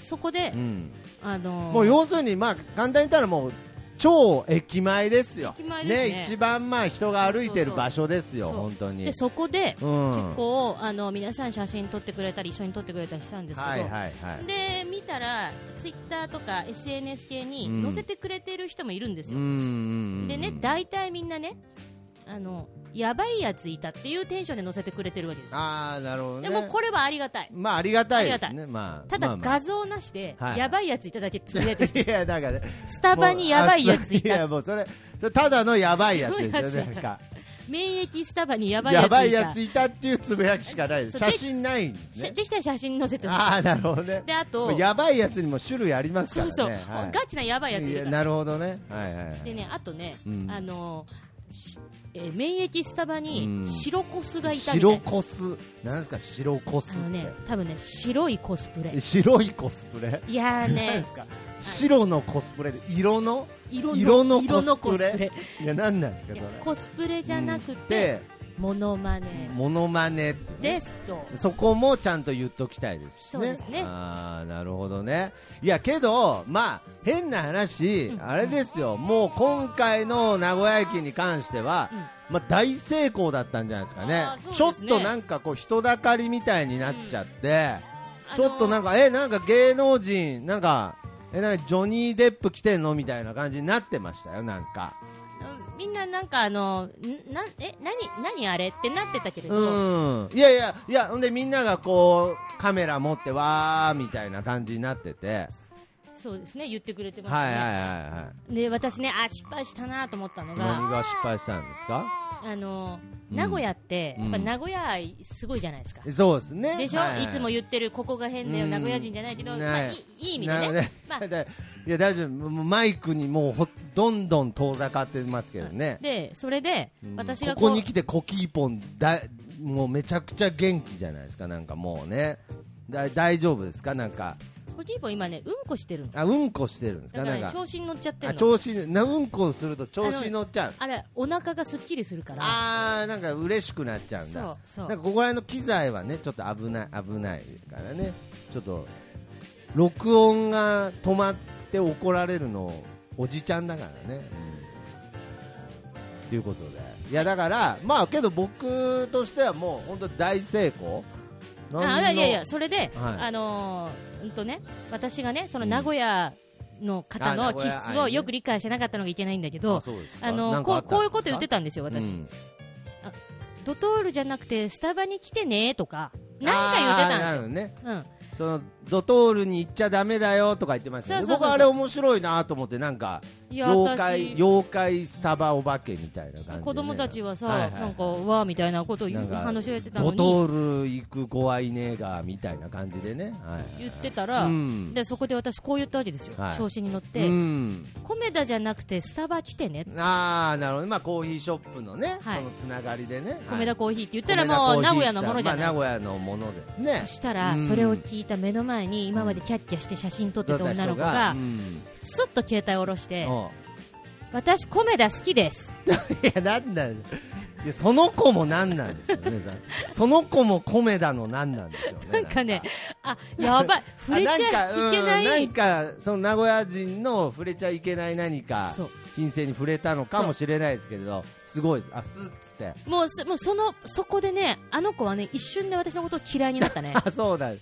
S3: そこで、
S2: うん。
S3: あのー
S2: もう要するに、まあ、簡単に言ったらもう超駅前ですよ、
S3: 駅前ですね
S2: 一番まあ人が歩いてる場所ですよ、
S3: そう
S2: 本当に。
S3: でそこで、
S2: うん、
S3: 結構あの皆さん写真撮ってくれたり一緒に撮ってくれたりしたんですけど、
S2: はいはいはい、
S3: で見たらツイッターとか SNS 系に
S2: うん
S3: 載せてくれてる人もいるんです
S2: うん
S3: よ、
S2: うんうん
S3: でね大体みんなねあのやばいやついたっていうテンションで載せてくれてるわけですよ、
S2: ああ、なるほどね、
S3: でもこれはありがたい
S2: まあありがたいです
S3: あり
S2: ね、まあ、
S3: ただ
S2: まあまあ
S3: 画像なしで、
S2: はい
S3: やばいやついただけつぶやいて る人
S2: いやだから、ね、
S3: スタバにやばいや
S2: もうあ
S3: つい
S2: そうい
S3: た
S2: やもうそれそれただのやばいやつですよ
S3: やばいや
S2: ね
S3: つい
S2: な
S3: た
S2: んか
S3: 免疫スタバにやばいやつ
S2: や
S3: いた
S2: ばいやついたっていうつぶやきしかないです
S3: そう
S2: 写真ないんです
S3: し
S2: ね
S3: できたら写真載せてほし
S2: ああなるほどね
S3: いであと
S2: もうやばいやつにも種類ありますか
S3: そ
S2: ら
S3: う
S2: ね
S3: そう、
S2: はい
S3: ガチなやばいやついる
S2: や
S3: から
S2: なるほどねはいはいはい
S3: でね、あとね、
S2: うん
S3: あのーしえー免疫スタバ
S2: う
S3: に
S2: ん
S3: 白コスがいたみたい
S2: 白
S3: な、
S2: コスなんですか白コス
S3: あの
S2: っ
S3: ね
S2: て、
S3: 多分ね、白いコスプレ
S2: え、白いコスプレ
S3: いやー
S2: なん
S3: ね
S2: で、すか白のコスプレで色の
S3: 色の
S2: 色の
S3: 色のコ
S2: コ
S3: スプ
S2: スプ
S3: レ、
S2: いや何なんですか
S3: い
S2: そ
S3: や
S2: れ
S3: コスプレじゃなくて、
S2: で
S3: モノマネ
S2: モノマネっていうね
S3: ですと、
S2: そこもちゃんと言っときたいですし
S3: そう
S2: ね。
S3: ですね
S2: ああ、なるほどね。いや、けど、まあ、変な話、
S3: うん
S2: あれですよ、もう今回の名古屋駅に関しては、まあ、大成功だったんじゃないですかね
S3: あー
S2: ち
S3: そ
S2: ょ
S3: う
S2: っ
S3: ですね
S2: となんかこう、人だかりみたいになっちゃって、
S3: あのー
S2: ちょっとなんか、え、なんか芸能人、なんか、え、なんかジョニー・デップ来てんのみたいな感じになってましたよ、なんか。
S3: みんななんか、あのーんなんえ何何あれってなってたけれど、
S2: うん、いやいや、いや、ほんでみんながこう、カメラ持って、わーみたいな感じになってて、
S3: そうですね、言ってくれてました
S2: はい
S3: ね。
S2: はいはいはい。
S3: で私ね、あ失敗したなと思ったのが、
S2: 何が失敗したんですか？
S3: あのー
S2: うん
S3: 名古屋って、
S2: うん
S3: やっぱ名古屋愛すごいじゃないですか、
S2: そうですね。
S3: でしょ、、
S2: はい
S3: つも言ってるここが変だよ、
S2: うん
S3: 名古屋人じゃないけど、まあ、
S2: ね
S3: いいいい意味でね、ま
S2: な ので
S3: あ
S2: だいや大丈夫。もうマイクにもうほどんどん遠ざかってますけどね。
S3: でそれで
S2: うん
S3: 私が
S2: こ
S3: こう
S2: こに来てコキーポンだもうめちゃくちゃ元気じゃないですか。なんかもうね。だ大丈夫ですか？なんか
S3: コキーポン今ねうんこしてるのだ
S2: あうんこしてるんです
S3: か
S2: か？
S3: ら、
S2: なん
S3: ね、
S2: か
S3: 調子に乗っちゃって
S2: あ
S3: るの
S2: 調子なうんこすると調子に乗っちゃう。
S3: あれお腹がすっきりするから
S2: あーなんか嬉しくなっちゃうんだ。
S3: そうそ
S2: なん
S3: う
S2: かここら辺の機材はねちょっと危ない危ないからねちょっと録音が止まって怒られるのおじちゃんだからね。と、いうことでいやだからまあけど僕としてはもう本当大成功。
S3: あいやいやいや
S2: そ
S3: それで、
S2: はい
S3: あのーうんとね私がねその名古屋の方
S2: うんあ名
S3: の
S2: 古
S3: 気
S2: 屋
S3: 質をよく理解してなかったのがいけないんだけ
S2: う
S3: ど、
S2: そうですか
S3: あの
S2: なんか
S3: こ
S2: あっ
S3: う
S2: たんですか
S3: こういうこと言ってたんですよ私、
S2: うん
S3: ドトールじゃなくてスタバに来てねとかなんか言ってた
S2: あ
S3: んですよ
S2: ーなるほどね
S3: うん、
S2: そのドトールに行っちゃダメだよとか言ってましたよね
S3: そうそうそうそう
S2: 僕はあれ面白いなと思ってなんか
S3: いや
S2: 妖怪
S3: 私
S2: 妖怪スタバお化けみたいな感じでね、
S3: 子供たちはさ、
S2: はいはい
S3: なんかわーみたいなことを言う
S2: なんか
S3: 話し合ってた
S2: ド
S3: のに
S2: トール行く子はいねえがみたいな感じでね、はいはいはい
S3: 言ってたら、
S2: うん
S3: でそこで私こう言ったわけですよ、
S2: はい
S3: 調子に乗って、
S2: うん
S3: コメダじゃなくてスタバ来てね、
S2: ああなるほどまあコーヒーショップのね、
S3: はい
S2: そのつながりでね、
S3: コメダ
S2: コ
S3: コーヒーって言ったらもう名古屋のものじゃないですか、
S2: まあ、名古屋のものですね
S3: そしたら、
S2: うん
S3: それを聞いた目の前に今までキャッキャして写真撮ってた女の子
S2: う
S3: が
S2: ん
S3: すっと携帯を下ろして
S2: おう
S3: 私コメダ好きです
S2: いやなんだよいやその子もなんなんですよねさその子もコメダのなんなんですよね
S3: なんかねあやばい触れちゃいけな
S2: あなん
S3: い
S2: か,うん、なんかその名古屋人の触れちゃいけない何か
S3: そう
S2: 金星に触れたのかもしれないですけれどすごいですあスッつって
S3: もうすもうそのそこでねあの子はね一瞬で私のことを嫌いになったね
S2: あそうだ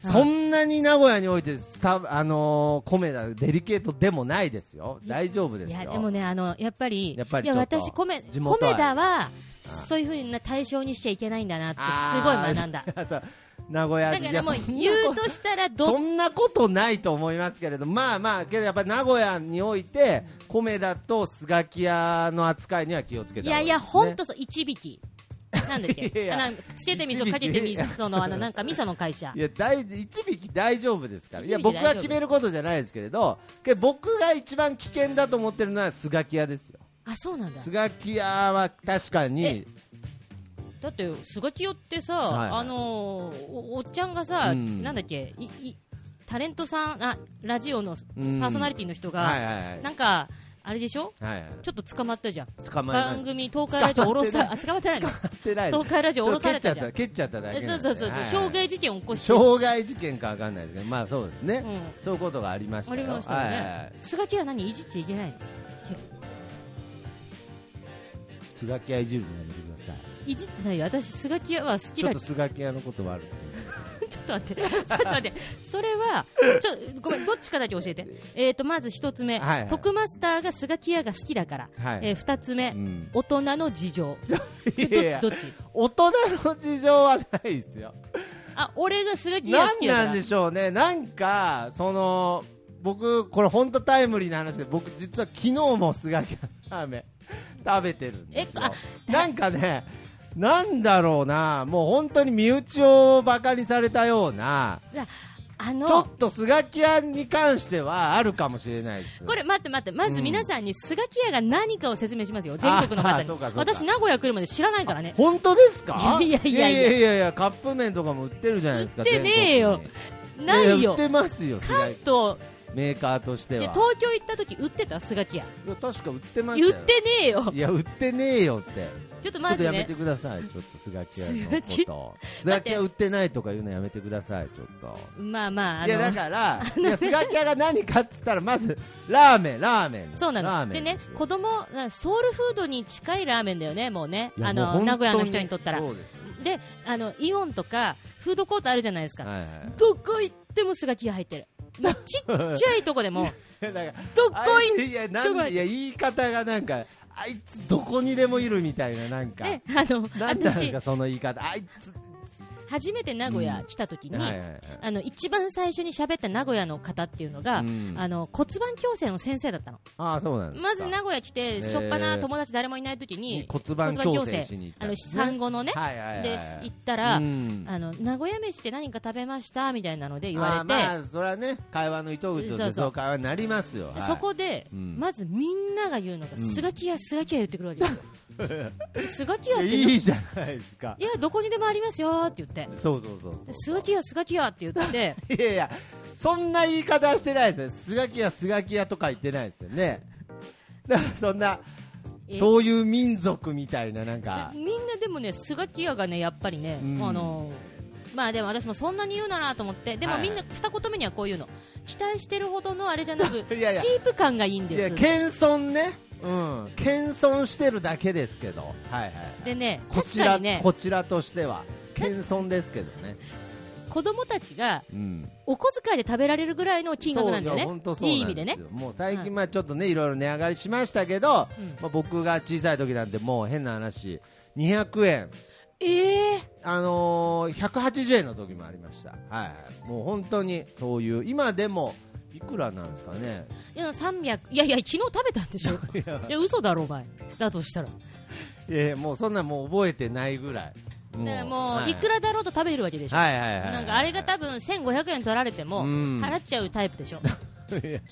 S2: そんなに名古屋においてスタあのー、コメダデリケートでもないですよ大丈夫で
S3: い
S2: すよ
S3: やでもねあのやっぱり
S2: やっぱり
S3: いや
S2: ちょっと
S3: 私コメ
S2: 地
S3: コ
S2: 元愛
S3: メダはそういうふうな対象にしちゃいけないんだなってすごい学んだ
S2: あー そう名古屋
S3: だ
S2: 人
S3: か
S2: い
S3: ら
S2: や
S3: もう
S2: そんな
S3: 言うとしたら
S2: そ
S3: ど
S2: んなことないと思いますけれどまあまあけどやっぱり名古屋において米だとスガキ屋の扱いには気をつけ
S3: い
S2: た方が
S3: や
S2: い
S3: い
S2: いですね
S3: やほんとそう一匹なんだっ
S2: いやい
S3: け
S2: や
S3: あなんかつけてみそかけてみそのあのなんかみその会社
S2: いや大一匹大丈夫ですからいや
S3: 一匹大
S2: 僕
S3: 丈夫
S2: が決めることじゃないですけれどけど僕が一番危険だと思ってるのはスガキ屋ですよ
S3: あそうなんだ
S2: スガキ屋は確かに
S3: えだってスガキヨってさ、
S2: はいはい
S3: あのーおおっちゃんがさ、
S2: うん
S3: なんだっけいいタレントさんあラジオの
S2: パ
S3: パーソナリ
S2: テ
S3: ティの人
S2: ィはい
S3: が、
S2: はいはい
S3: なんかあれでしょ
S2: はいはい
S3: ちょっと捕まったじゃん
S2: 捕まえない
S3: 番組東海ラジオ降ろさあ捕まってないの
S2: 捕まってない
S3: 東海ラジオ降ろされたじ
S2: ち
S3: ゃ
S2: ょ
S3: ん
S2: っと蹴っちゃった蹴っちゃっただけ
S3: え
S2: な
S3: そ
S2: んで
S3: うそうそうそう、傷害事件を起こして
S2: 障害事件かわかんないですけどまあそうですね、
S3: うん
S2: そういうことがありましたよ
S3: ありましたよね
S2: はいはいはい
S3: スガキは何いじっちゃいけない
S2: スガキ屋いじるのやめてください
S3: いじってないよ私スガキヤは好き
S2: ちょ
S3: だ
S2: っと
S3: ちょ
S2: スガキ屋のことはあるんで
S3: っと待って ちょっと待ってそれはちょごめんどっちかだけ教えてえーとまず一つ目、
S2: はいはい
S3: 徳マスターがスガキヤが好きだから、
S2: はい
S3: えー二つ目、
S2: うん
S3: 大人の事情
S2: い
S3: え
S2: やい
S3: どっ
S2: や
S3: ちどっち
S2: 大人の事情はないですよ
S3: あ俺がスガキヤ好
S2: 何
S3: きだから
S2: なんでしょうね、なんか、その僕、これ、本当タイムリーな話で、僕、実は昨日もスガキラーメン食べてるんですよ。なんかね、なんだろうな、もう本当に身内をバカにされたような、
S3: あの
S2: ちょっとスガキ屋に関してはあるかもしれないです。
S3: これ待って待ってまず皆さんにスガキヤが何かを説明しますよ全国の
S2: あ
S3: 方
S2: あそうかそう
S3: に
S2: か
S3: 私名古屋来るまで知らないからね
S2: 本当ですか
S3: いやいやいやいや
S2: いやいやカップ麺とかも売ってるじゃないですか
S3: 売ってねえよな
S2: 全国に
S3: い
S2: や売っ
S3: よ
S2: てますよスガキ
S3: と
S2: メーカーとして
S3: い
S2: は
S3: や東京行った時売ってたスガキヤ
S2: いや確か売ってました
S3: 言
S2: よ
S3: ってねえ よ
S2: いや、売ってねえよって。
S3: ちょっ
S2: ちょ
S3: と
S2: っ
S3: 待っ
S2: と
S3: て
S2: やめ
S3: ね
S2: てください、ちょっと、スガキ屋の
S3: スガキ
S2: こと。スガキ屋売ってないとか言うのやめてください、ちょっと。
S3: まあまああ
S2: いや、だ
S3: の
S2: から、いやスガキ屋が何かっつったら、まず、ラーメン、ラーメン。
S3: そうな
S2: ラー
S3: の
S2: メ
S3: で
S2: ン
S3: ね
S2: すよ
S3: 子供ソウルフードに近いラーメンだよねもうね
S2: いや
S3: あ
S2: もう
S3: の
S2: 本当
S3: 名古屋の人にとったら
S2: そうです。
S3: であのイオンとかフードコートあるじゃないですか、
S2: はいはい
S3: どこ行ってもスガキが入ってるもうちっちゃいとこ でも
S2: だから。
S3: どこ
S2: あい
S3: 行
S2: つ
S3: っ
S2: いや、なんで、いや、言い方がなんか、あいつどこにでもいるみたいな、なんか。
S3: てあの
S2: なんなんです
S3: 私
S2: か、その言い方。あいつ。
S3: 初めて名古屋来た時に、
S2: はいはいはい。
S3: あの一番最初に喋った名古屋の方っていうのが、
S2: うん
S3: あの骨盤矯正の先生だったの
S2: ああ、そうなんですか。
S3: まず名古屋来て
S2: ー
S3: しょっぱな友達誰もいない時に
S2: に骨盤矯正しに行った
S3: あ
S2: んで
S3: の
S2: すね
S3: 産後のね、
S2: はいはいはい
S3: で
S2: はい
S3: 行ったら、
S2: うん
S3: あの名古屋飯って何か食べましたみたいなので言われて、
S2: あーまあそれはね会話の糸口とし
S3: そうそ
S2: て
S3: う
S2: そう会話になりますよ、はい
S3: そこで、
S2: うん
S3: まずみんなが言うのが、
S2: うん
S3: スガキ屋、スガキ屋言ってくるわけ ですよ。スガキ屋っ
S2: い
S3: て
S2: やいいじゃないですか
S3: いや、どこにでもありますよーって言って、
S2: そうそうそうそう
S3: スガキ屋、スガキ屋って 言って、
S2: いやいやそんな言い方はしてないですよスガキ屋スガキ屋とか言ってないですよねだからそんな
S3: え
S2: そういう民族みたいななんか
S3: みんなでもね、スガキ屋がね、やっぱりね、
S2: うん
S3: あのーまあでも私もそんなに言うならと思って、でも
S2: はい
S3: みんな二言目にはこういうの、期待してるほどのあれじゃなく、
S2: いやいや
S3: チープ感がいいん
S2: いや
S3: です。
S2: 謙遜ねうん謙遜してるだけですけどはいはい
S3: でね、
S2: こ
S3: 確
S2: ち、
S3: からにね、
S2: こちらとしては謙遜ですけどね、
S3: 子供たちが
S2: うん、
S3: お小遣いで食べられるぐらいの金額なんだよ
S2: そうい
S3: ね
S2: や本当、そう
S3: いい意
S2: な
S3: 味
S2: ん
S3: ですね
S2: よ。もう最近まあちょっとね、い、ろいろ値上がりしましたけど、
S3: うん
S2: まあ僕が小さい時なんてもう変な話200円
S3: ええ
S2: あのー、180円の時もありましたはいもう本当にそういう今でもいくらなんですかね
S3: いや300いやいや昨日食べたん でしょいや嘘だろお前だとしたらだ
S2: いやいやもうそんなんもう覚えてないぐらい
S3: からもういく
S2: ら
S3: らだろうと食べてるわけでしょ
S2: はいはいはいはい
S3: なんかあれが多分1500円取られても
S2: うん
S3: 払っちゃうタイプでしょ
S2: いや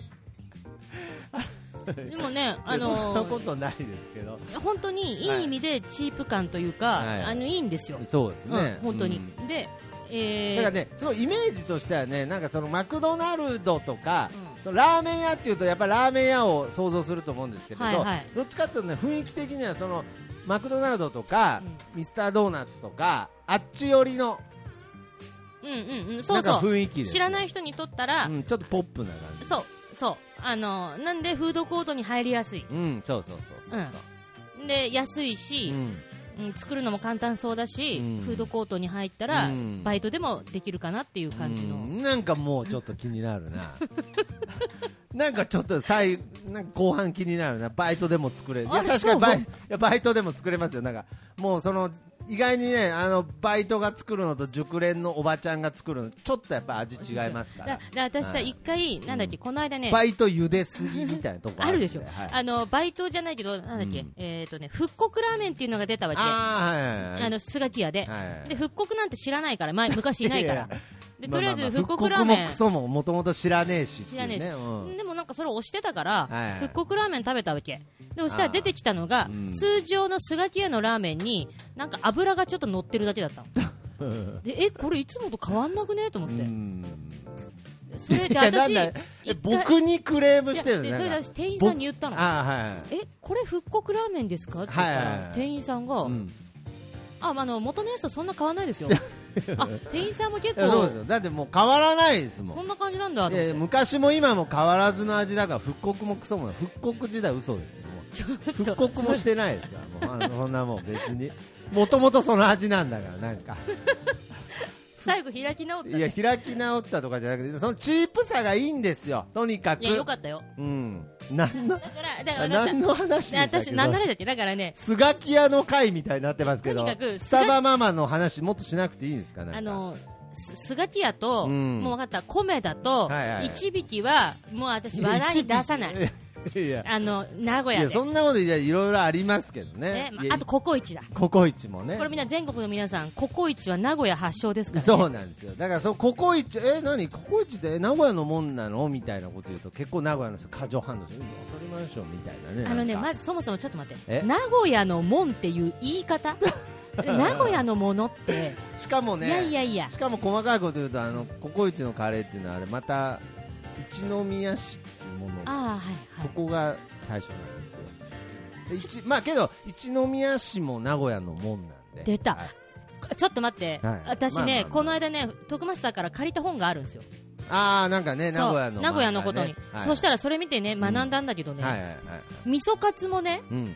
S3: でもねあ
S2: そんな
S3: の
S2: こ
S3: ー
S2: とないですけど
S3: 本当にいい意味でチープ感と
S2: は
S3: いう
S2: い
S3: かあのいいんですよ
S2: そうですね、
S3: うん本当に
S2: うん
S3: でえ
S2: だから
S3: ー
S2: ね、すごいイメージとしてはね、なんかそのマクドナルドとか、
S3: うん
S2: そのラーメン屋っていうと、やっぱラーメン屋を想像すると思うんですけれど、
S3: はいはい
S2: どっちかっていうとね、雰囲気的にはそのマクドナルドとか、ミスタードーナツとか、あっち寄りの
S3: うんうんうんそ
S2: なん
S3: う
S2: か
S3: そう
S2: 雰囲気です、
S3: 知らない人にとったら
S2: うん、ちょっとポップな感じ。
S3: そうそうあのーなんでフードコートに入りやすい
S2: うん、そうそうそうそう
S3: で安い
S2: そう。
S3: し
S2: うん
S3: うん、作るのも簡単そうだし、
S2: うん
S3: フードコートに入ったら、
S2: うん
S3: バイトでもできるかなっていう感じの、
S2: うんなんかもうちょっと気になるな なんかちょっと最なんか後半気になるなバイトでも作れるいや
S3: あ
S2: 確かにバイ
S3: そう
S2: いやバイトでも作れますよなんかもうその意外にねあのバイトが作るのと熟練のおばちゃんが作るのちょっとやっぱ味違いますか
S3: だ
S2: ら
S3: だ私さ、
S2: はい
S3: 一回、なんだっけ、この間ね、
S2: バイト茹ですぎみたいなとこ
S3: あるでしょ、
S2: はい、
S3: あのバイトじゃないけど、なんだっけ、
S2: うん
S3: えっ、とね、復刻ラーメンっていうのが出たわけ、あ
S2: あーはいはいはい
S3: のスガキ屋で、
S2: はい
S3: で、復刻なんて知らないから、前昔いないか
S2: いや
S3: ら
S2: いや、
S3: で
S2: まあ
S3: とりあえず
S2: ま
S3: 復刻ラーメ
S2: 復刻
S3: ン
S2: もク。ソももともと知らねえしって
S3: 知
S2: いう
S3: ら
S2: ね
S3: ねえし、
S2: うん
S3: でもなんかそれを押してたから、
S2: はいはい
S3: 復刻ラーメン食べたわけでそしたら出てきたのが、
S2: うん
S3: 通常のスガキ屋のラーメンになんか油がちょっと乗ってるだけだった のでえこれいつもと変わんなくねと思って、
S2: うん
S3: そ れ
S2: い
S3: で
S2: やな
S3: 私
S2: んだえ
S3: 一回
S2: 僕にクレーム
S3: い
S2: し
S3: や
S2: てる
S3: で
S2: ね
S3: それで私店員さんに言ったの
S2: あーはいはい
S3: えこれ復刻ラーメンですかって言ったら、
S2: はいはいはい
S3: 店員さんが、
S2: うん
S3: あまああの元のやつとそんな変わんないですよあ店員さんも結
S2: いやそう
S3: 構
S2: ですよだってもう変わらないですもん
S3: そんな感じなんだと思っ
S2: え
S3: て
S2: ー昔も今も変わらずの味だから復刻もクソも復刻時代嘘ですよもう復刻もしてないですからもうあのそんなもん別にもともとその味なんだからなんか
S3: 最後開き直った
S2: いや
S3: ね
S2: 開き直ったとかじゃなくてそのチープさがいいんですよとにかく
S3: いやよかったよ
S2: うん何の
S3: だからだから
S2: 何の話で
S3: ね
S2: したっ
S3: 私、
S2: け
S3: 何の話だっけだからね、
S2: スガキ屋の会みたいになってますけど
S3: とにかく
S2: スタバママの話もっとしなくていいんですかね
S3: あの、すスガキ屋と、
S2: うん
S3: もう分かった、米だと
S2: はいはいは、い
S3: 一匹は、もう私、笑い出さない。
S2: いやいや
S3: あの、名古
S2: い
S3: 屋
S2: や
S3: で
S2: そ。んなこといやいろいろありますけど
S3: ね
S2: ね
S3: ま
S2: いや
S3: ああと、ココイチだ。
S2: ココイチもね
S3: これみんな全国の皆さん、ココイチは名古屋発祥ですから、ね。
S2: そうなんですよだからそのココイチえ何ココイチって名古屋のもんなのみたいなこと言うと結構名古屋の人過剰反応するいや当たり前でしょみたいなね
S3: あのね、
S2: なんか
S3: まずそもそもちょっと待って
S2: え。
S3: 名古屋のもんっていう言い 方名古屋のものって、
S2: しかも
S3: い
S2: ね
S3: やいやいや
S2: し、かも細かいこと言うとあのココイチのカレーっていうのはあれまた一宮市っていうもの
S3: ああ、はいはい。
S2: そこが最初なんですよで一まあけど一宮市も名古屋のもんなんで
S3: 出た
S2: はい
S3: ちょっと待って、
S2: はい
S3: 私ね、
S2: まあまあまあ
S3: この間ね、徳マスターから借りた本があるんですよ。
S2: ああなんかね名
S3: そう
S2: 古屋の漫画ね、
S3: 名古屋のことに、そした
S2: ら
S3: らそれ見てね学んだんだけどね、
S2: はいはいはい
S3: 味噌カツもね
S2: うん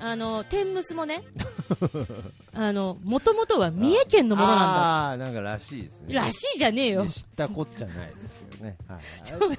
S3: あの天むす もねあのもともとは三重県のものなん
S2: ああなんからしいです
S3: だ
S2: ね
S3: らしいじゃねえよ
S2: 知ったこっちゃないですけどね、はい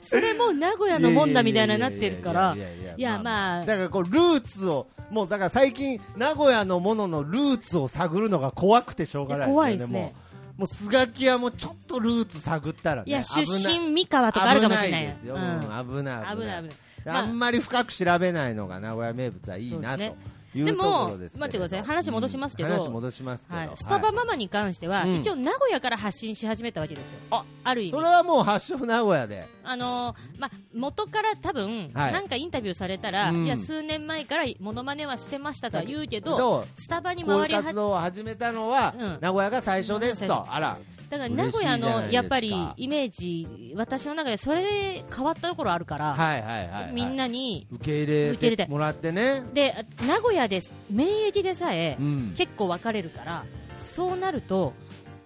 S3: それもう名古屋のもんだみたいななってるから
S2: いやいやいやいやいや
S3: いやまあ
S2: だからこうルーツをもうだから最近名古屋のもののルーツを探るのが怖くてしょうがないですよね
S3: 怖いですね
S2: もうもうスガキ屋もちょっとルーツ探ったらね
S3: いや出
S2: 危ない
S3: 身三河とかあるかもしれない
S2: 危
S3: よ
S2: ですよ、
S3: う
S2: うん
S3: ん
S2: 危ない
S3: 危
S2: 危な
S3: ないい危ないまあ
S2: あんまり深く調べないのが名古屋名物はいいなと
S3: そうですね
S2: いう
S3: で
S2: ところ
S3: も
S2: ですけれど
S3: 待ってください話戻しますけど
S2: うん話戻しますけど、
S3: はい、スタバ
S2: はい
S3: ママに関しては、
S2: うん
S3: 一応名古屋から発信し始めたわけですよ
S2: あ
S3: ある意
S2: そ
S3: 味
S2: れはもう発祥名古屋で
S3: あのーまあ、元から多分、
S2: はい
S3: なんかインタビューされたら、
S2: うん
S3: いや数年前からモノマネはしてましたとは言うけど
S2: どう
S3: スタバに
S2: こういう
S3: 回りは
S2: 活動を始めたのは、
S3: うん
S2: 名古屋が最初です
S3: 名古屋が最
S2: とあら
S3: だから名古屋
S2: 嬉しいじゃないです
S3: の
S2: か
S3: やっぱりイメージ、私の中でそれで変わったところあるから、
S2: はいはいはい、はい、
S3: みんなに、
S2: 受け入
S3: 受け
S2: れ
S3: 入れた
S2: て
S3: い
S2: もらってね
S3: で名古屋です、免疫でさえ
S2: うん
S3: 結構分かれるから、そうなると、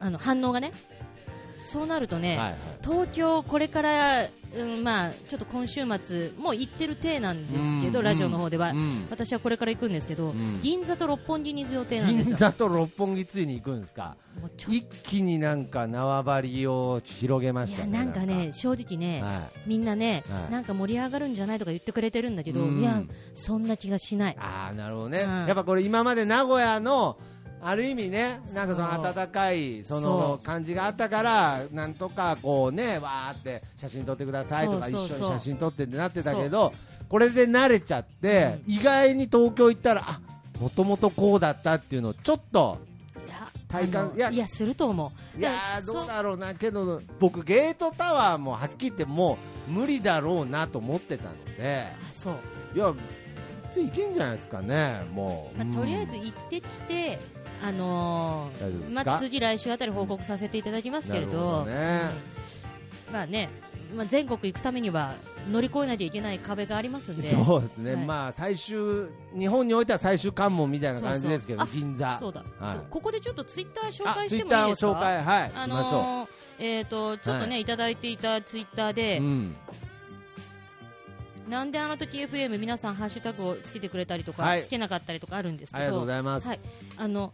S3: あの反応がね、そうなるとね、
S2: はいはい
S3: 東京、これから、うんまあ、ちょっと今週末、もう行ってる体なんですけど、
S2: うん
S3: ラジオの方では、
S2: うん
S3: 私はこれから行くんですけど、
S2: ん
S3: 銀座と六本木に行く予定なんです
S2: 銀
S3: よ。
S2: 座と六本木ついに行くんですか
S3: もうちょ
S2: 一気になんか縄張りを広げま
S3: い
S2: し
S3: や
S2: たね
S3: なんかね、正直ね、
S2: は
S3: みんなね、
S2: はい
S3: なんか盛り上がるんじゃないとか言ってくれてるんだ
S2: い
S3: けど、
S2: うん
S3: いや、そんな気がしない。
S2: ああなるほどね、
S3: うん
S2: やっぱこれ今まで名古屋のある意味ねなんかその温かいそ
S3: そ
S2: の
S3: う
S2: 感じがあったからなんとかこうねわーって写真撮ってくださいとか
S3: そうそうそう
S2: 一緒に写真撮ってってなってたけどこれで慣れちゃって、
S3: う
S2: 意外に東京行ったらあもともとこうだったっていうのをちょっと
S3: いや
S2: 体感
S3: あの
S2: いや
S3: いや、すると思う。
S2: いやー
S3: だから
S2: どうだろうなけど僕ゲートタワーもはっきり言ってもう無理だろうなと思ってたので
S3: そうあ
S2: いや全然いけんじゃないですかねもう、
S3: そう、まあ、とりあえず
S2: うん
S3: 行ってきて、あ
S2: 大丈夫
S3: のー
S2: ですか
S3: まあ、次、来週あたり報告させていただきますけれ
S2: な
S3: ど、
S2: る
S3: うんまあねまあ、全国行くためには乗り越えなきゃいけない壁がありますん
S2: ほどね
S3: で。
S2: そうですね、
S3: はい
S2: まあ最終日本においては最終関門みたいな感じですけど
S3: そう
S2: 銀座
S3: そうだ、
S2: はい
S3: そうここでちょっとツイッター紹
S2: あ
S3: 介
S2: ツ
S3: し
S2: イッ
S3: てもい
S2: タ
S3: い
S2: ー
S3: で
S2: を
S3: すか
S2: 紹介はい、
S3: あ
S2: しましょ
S3: のーえっ、とちょっとね、、
S2: はい
S3: ただいていたツイッター
S2: う、
S3: で、
S2: うん、
S3: なんであの時 FM 皆さんハッシュタグをつけてくれたりとか、
S2: はい
S3: つけなかったりとかあるんです
S2: あり
S3: け
S2: がとう
S3: ど
S2: ございます、
S3: はい、あの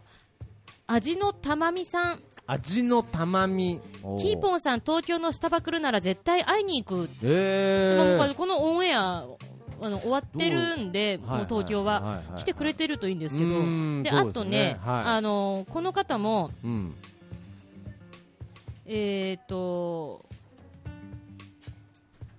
S3: 味のたまみさん、
S2: 味のたまみ
S3: キー
S2: ン
S3: ポンさん、東京のスタバ来るなら絶対会いに行く、
S2: え
S3: もう
S2: ー、
S3: このオンエア、あの終わってるんで、もう東京は。来てくれてるといいんですけど、
S2: うーん
S3: で
S2: そう
S3: あ
S2: ですね
S3: とね、
S2: はい
S3: あのこの方も、
S2: うん
S3: えー、と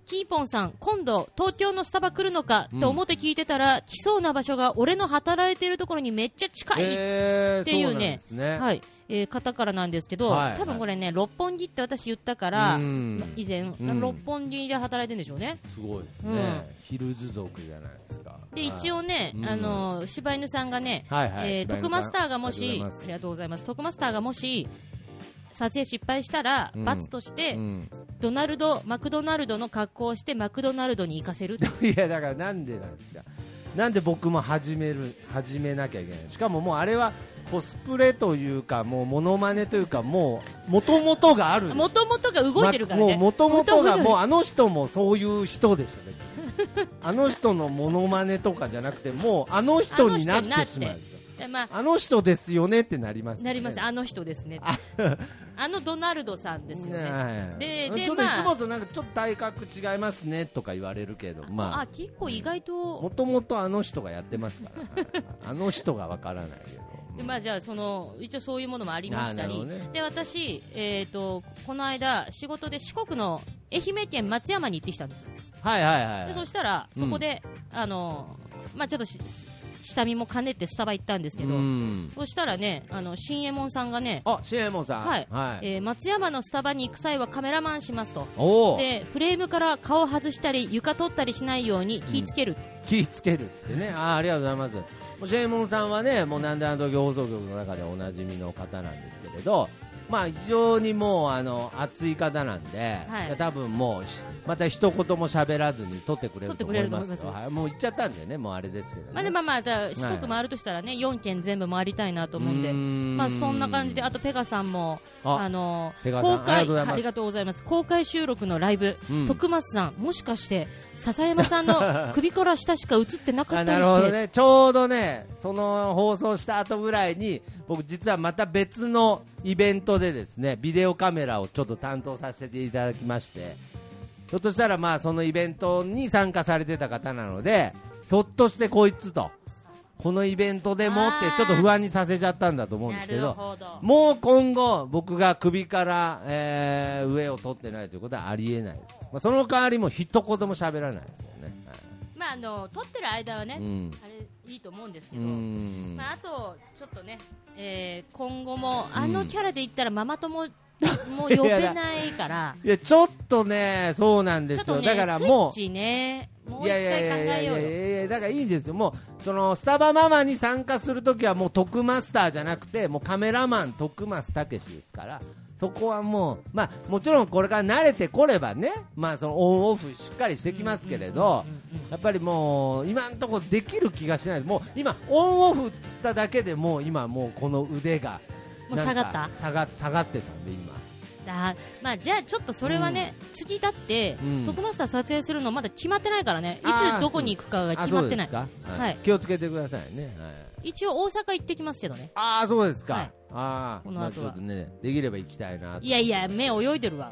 S3: キーポンさん、今度、東京のスタバ来るのかと思って聞いてたら、来そうな場所が俺の働いているところにめっちゃ近い、
S2: えー
S3: ってい
S2: そう
S3: うね
S2: なんですね
S3: はいえー方からなんですけど、
S2: はい
S3: 多分これね、六本木って私言ったから、
S2: うん
S3: 以前、
S2: ん
S3: 六本木で働いてるんでしょうね。
S2: すごいですね、
S3: うん
S2: ヒルズ族じゃないですか
S3: で一応ね、
S2: うん
S3: あの柴犬さんがね、
S2: はいはい
S3: えー
S2: 柴犬さん
S3: 徳マスターがも
S2: あり
S3: し
S2: がとうございます
S3: ありがとうございます徳マスターがもし撮影失敗したら、
S2: うん
S3: 罰として、
S2: うん
S3: ドナルドマクドナルドの格好をしてマクドナルドに行かせるって
S2: いやだからなんでなんですかなんで僕も始める始めなきゃいけないしかももうあれはコスプレというかもうモノマネというかもう元々があるんです
S3: もともとが動いてるからね、
S2: まもともとが
S3: 元々
S2: もうあの人もそういう人でしょ別にあの人のモノマネとかじゃなくてもうあの人になってしまう
S3: でまあ
S2: あの人ですよねってなりますよね
S3: なりますあの人ですね
S2: あ
S3: あのドナルドさんですよね
S2: ねえ
S3: でで
S2: ちょっとい
S3: まあ
S2: つもとなんかちょっと体格違いますねとか言われるけどま
S3: あ
S2: あ
S3: 結構意外
S2: も
S3: と、
S2: ともとあの人がやってますから、あの人がわからないけど、
S3: でまあじゃあその一応そういうものもありました
S2: あ
S3: り、
S2: なるほどね
S3: で私えっ、とこの間仕事で四国の愛媛県松山に行ってきたんですよ
S2: はいはいはい、は
S3: で
S2: い、
S3: そしたら
S2: うん
S3: そこで、あのまあちょっとしし下見も兼ねてスタバ行ったんですけど、
S2: うん
S3: そしたらねあの新右衛門さんがね
S2: あシエモンさん、
S3: はい
S2: はい
S3: えー松山のスタバに行く際はカメラマンしますと
S2: おお、
S3: でフレームから顔外したり床取ったりしないように気ぃつける、
S2: 気ぃつけるっつってね、あーありがとうございます、もうシェイモンさんはね、もうなんであの時放送局の中でおなじみの方なんですけれど、まあ、非常にもうあの熱い方なんで、
S3: はい
S2: や多分もうし、また一言も喋らずに撮ってくれると思います
S3: 撮ってくれると思います
S2: はい、もう行っちゃったんでね、もうあれですけどね。
S3: まあでまあまあだ四国回るとしたらね、4県全部回りたいなと思うんで
S2: うーん
S3: まあそんな感じであとペガさんも
S2: あ
S3: あの
S2: ペガさん
S3: 公開
S2: あ
S3: あ
S2: り
S3: り
S2: が
S3: がとうございます公開収録のライブ、
S2: うん
S3: 徳松さんもしかして笹山さ んの首から下しか映ってなか
S2: あ
S3: った
S2: な
S3: り
S2: るほ
S3: し
S2: ど
S3: て、
S2: ねちょうどねその放送した後ぐらいに僕実はまた別のイベントでですねビデオカメラをちょっと担当させていただきましてひょっとしたらまあそのイベントに参加されてた方なのでひょっとしてこいつとこのイベントでもって
S3: あー
S2: ちょっと不安にさせちゃったんだと思うんで
S3: な
S2: すけ
S3: る
S2: ど
S3: ほど
S2: もう今後僕が首から、えー上を取ってないということはありえないです、まあ、その代わりも一言も喋らないですよね、はい
S3: まああの撮ってる間はね、
S2: うん
S3: あれいいと思うんですけ
S2: う
S3: ど、
S2: ん
S3: まあ、あと、ちょっとね、えー今後もあのキャラで言ったらママ友も呼べないから、
S2: いや、ちょっとね、そうなん で
S3: ちょっ
S2: す
S3: と
S2: よ。
S3: ね、
S2: だからも
S3: スイッチね、も
S2: う、
S3: う
S2: い
S3: 一
S2: や
S3: 回
S2: いやい
S3: 考
S2: や
S3: え
S2: い
S3: よ
S2: や
S3: う
S2: い
S3: よ。
S2: やいや、だからいいんですよ。もう、その、スタバママに参加するときは、もう、徳マスターじゃなくて、もうカメラマン、徳マスたけしですから、そこはもう、まあ、もちろんこれから慣れてこればね、まあ、その、オンオフしっかりしてきますけれど、やっぱりもう、今んとこできる気がしないです。もう、今、オンオフっつっただけでもう、今、もう、この腕が、
S3: もう下がった
S2: なんか下が、下がってたんで、今。
S3: だまあ、じゃあ、ちょっとそれはね、次だって、
S2: うん
S3: トクマスター撮影するのまだ決まってないからね、い
S2: あー
S3: つどこに行くかが決まってない。
S2: あそうですか
S3: はい
S2: 気をつけてくださいね。はい、
S3: 一応、大阪行ってきますけどね。
S2: ああ、そうですか。
S3: はい
S2: ああ、
S3: この後は
S2: まあちょっとね、できれば行きたいなと。
S3: いやいや、目泳いでるわ。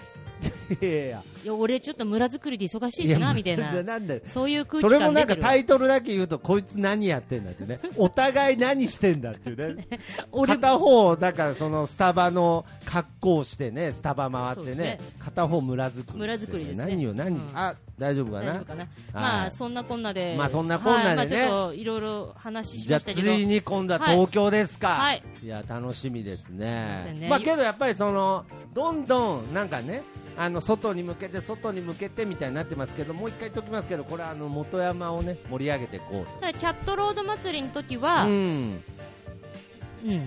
S2: いやいや
S3: いや、俺ちょっと村作りで忙しい
S2: い
S3: し
S2: や
S3: な、みたい な。
S2: なんで。
S3: そういう空気
S2: それも
S3: 感
S2: なんか
S3: 出てるわ
S2: タイトルだけ言うと、こいつ何やってんだって ね。お互い何してんだっていうね。
S3: 俺
S2: 片方、だからそのスタバの格好をしてね、スタバ回って
S3: そう
S2: ね
S3: で、
S2: 片方村作りってね。
S3: 村作りですね
S2: 何よ、何、
S3: うん
S2: あ、大丈夫か
S3: 大丈
S2: な
S3: 夫かな、ま
S2: はい
S3: あそんなこんなで、
S2: まあそんなこんなでね
S3: はいまあ、ちょっといろいろ話し
S2: じゃ
S3: ま
S2: あ
S3: した
S2: つ
S3: けど、
S2: いに今度は
S3: はい
S2: 東京ですか、
S3: はい
S2: や楽しみです
S3: そう
S2: ね
S3: ですね
S2: まあけどやっぱりそのどんどんなんかねあの外に向けて外に向けてみたいになってますけどもう一回言っときますけどこれはあの元山をね盛り上げていこうと
S3: ただキャットロード祭りの時は、
S2: う
S3: うん
S2: ん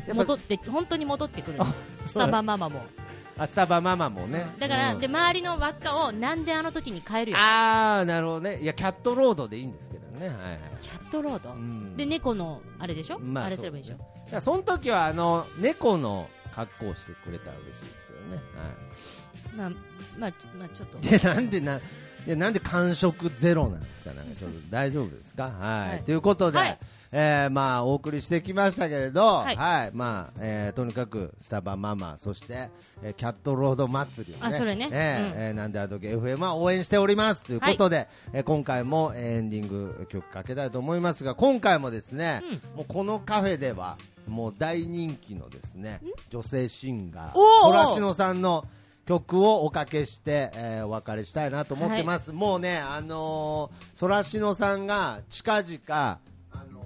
S2: ぱ
S3: 戻って本当に戻ってくる
S2: あ
S3: スタバママも
S2: あスタバママもね
S3: だから、
S2: うん
S3: で周りの輪っかをなんであの時に変えるよ
S2: ああなるほどねいやキャットロードでいいんですけどねはいはい、
S3: キャットロード、
S2: うん
S3: で猫のあれでしょ、
S2: まあ
S3: あれすればいいでしょ
S2: だからその時はあの猫の格好をしてくれたら嬉しいですけどね、はい
S3: まあまあちょまあちょっ
S2: い
S3: と
S2: やなんでな、いやなんで感触ゼロなんですか、なんかちょっと大丈夫ですか、はい、
S3: はい
S2: ということで、
S3: はい
S2: ええーまあ、お送りしてきましたけれど、は、
S3: はいい
S2: まあ、えーとにかく、スタバママ、そして、えーキャットロード祭りをね、
S3: あそれね
S2: えー
S3: うん
S2: えーなんであの時 FM は応援しておりますということで、えー今回もえーエンディング曲かけたいと思いますが、今回もですね、もうこのカフェでは、もう大人気のですね、女性シンガー、
S3: おー
S2: ソラシノさんの曲をおかけして、えーお別れしたいなと思ってます、もうね、あのー、ソラシノさんが近々、あのー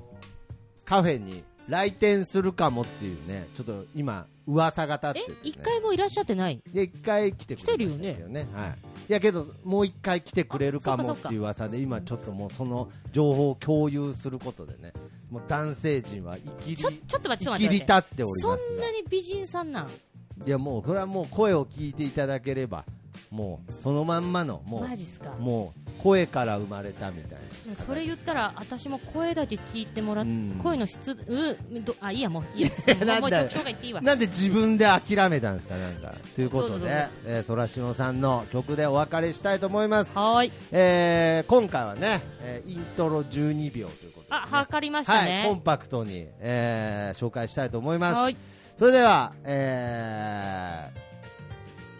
S2: カフェに来店するかもっていうね、ちょっと今、噂が立
S3: え
S2: ってて、ね、
S3: 一回もいらっしゃってない
S2: で一回来てくれました
S3: 来て
S2: けどねはい、いやけどもう一回来てくれるか
S3: あ
S2: も
S3: そっ
S2: っ
S3: かそっか
S2: ていう噂で今ちょっともうその情報を共有することでねもう男性陣は生きり
S3: ちょちょっと待ってち
S2: 生
S3: ょっ
S2: き
S3: と待
S2: り
S3: っ
S2: 立
S3: て
S2: っており
S3: そ
S2: ま
S3: ん
S2: すが
S3: なに美人さんなん
S2: いやもうこれはもう声を聞いていただければもうそのまんまのも
S3: マジっすか
S2: うもう声から生まれたみたいな
S3: それ言ったら私も声だけ聞いてもらっ
S2: うん
S3: 声の質うどあいいやもういいや
S2: なんだよ
S3: もう曲紹介言っていいわ
S2: なんで自分で諦めたんですかなんかということ
S3: どうぞどう
S2: で
S3: ぞ
S2: えーそらしのさんの曲でお別れしたいと思います
S3: はーい
S2: えー今回はね、えーイントロ12秒ということで、ね、
S3: あ測りましたね
S2: はい、コンパクトに、えー紹介したいと思います、
S3: はーい
S2: それでは、え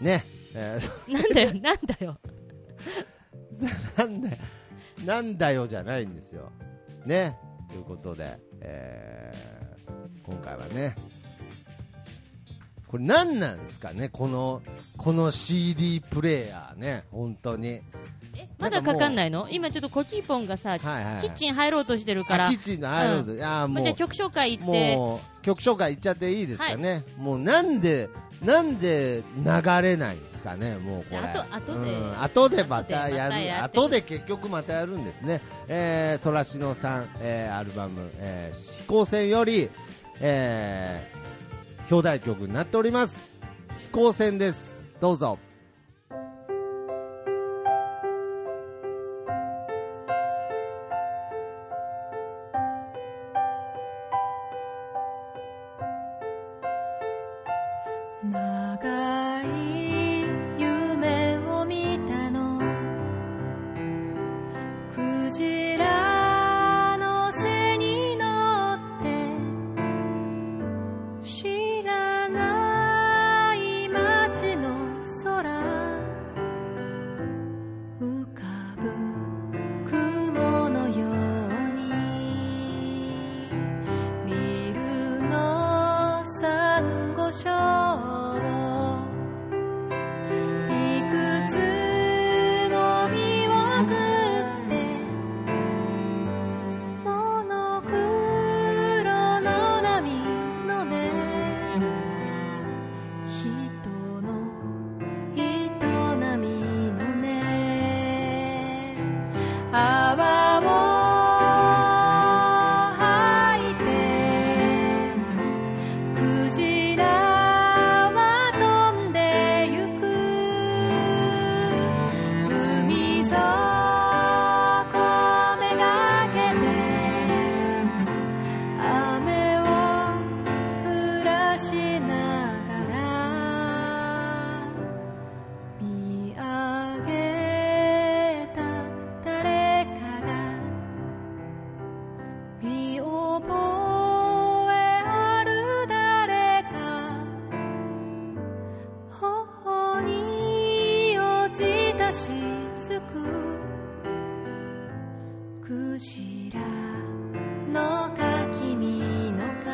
S2: ーね、え
S3: なんだ よなんだよ
S2: ー なんだよなんだよじゃないんですよねということで、えー今回はねこれ何なんですかねこのこの CD プレイヤーね本当に
S3: えまだかかんないの今ちょっとコキーポンがさ、
S2: はいはいはい
S3: キッチン入ろうとしてるから
S2: あキッチンのアイロンズ、あー
S3: ま
S2: も
S3: あ
S2: う
S3: じゃあ曲紹介行って
S2: もう曲紹介いっちゃっていいですかね、もうなんでなんで流れないんですかねもうこれ
S3: あと後で
S2: うん後でまたやる
S3: 後でまたやって
S2: 後で結局またやるんですねえーそらしのさん、えーアルバム「えー飛行船」より、えー表題曲になっております飛行船ですどうぞ
S4: 長い夢を見たのクジラの背に乗って知らない街の空浮かぶ雲のようにビルのサンゴ礁をいくつも見送ってモノクロの波のね人の営みのね泡を吐いてクジラは飛んでゆく海底めがけて雨を降らしながら見上げた誰かが見覚えある誰か頬に落ちた雫クジラのか君のか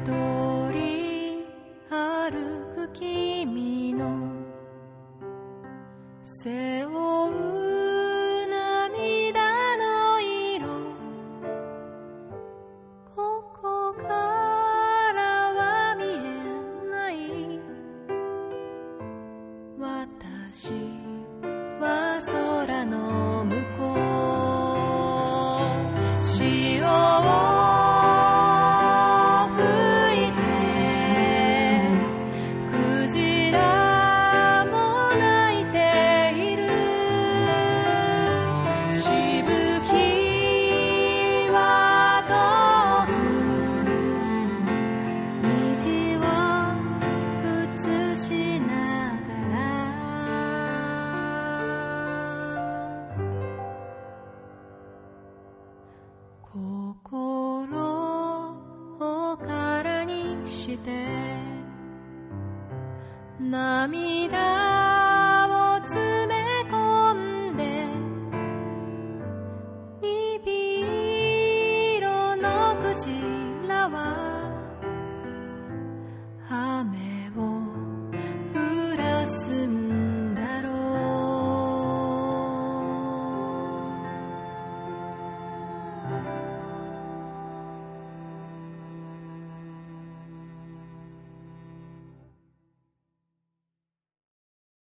S2: 「
S4: て」「涙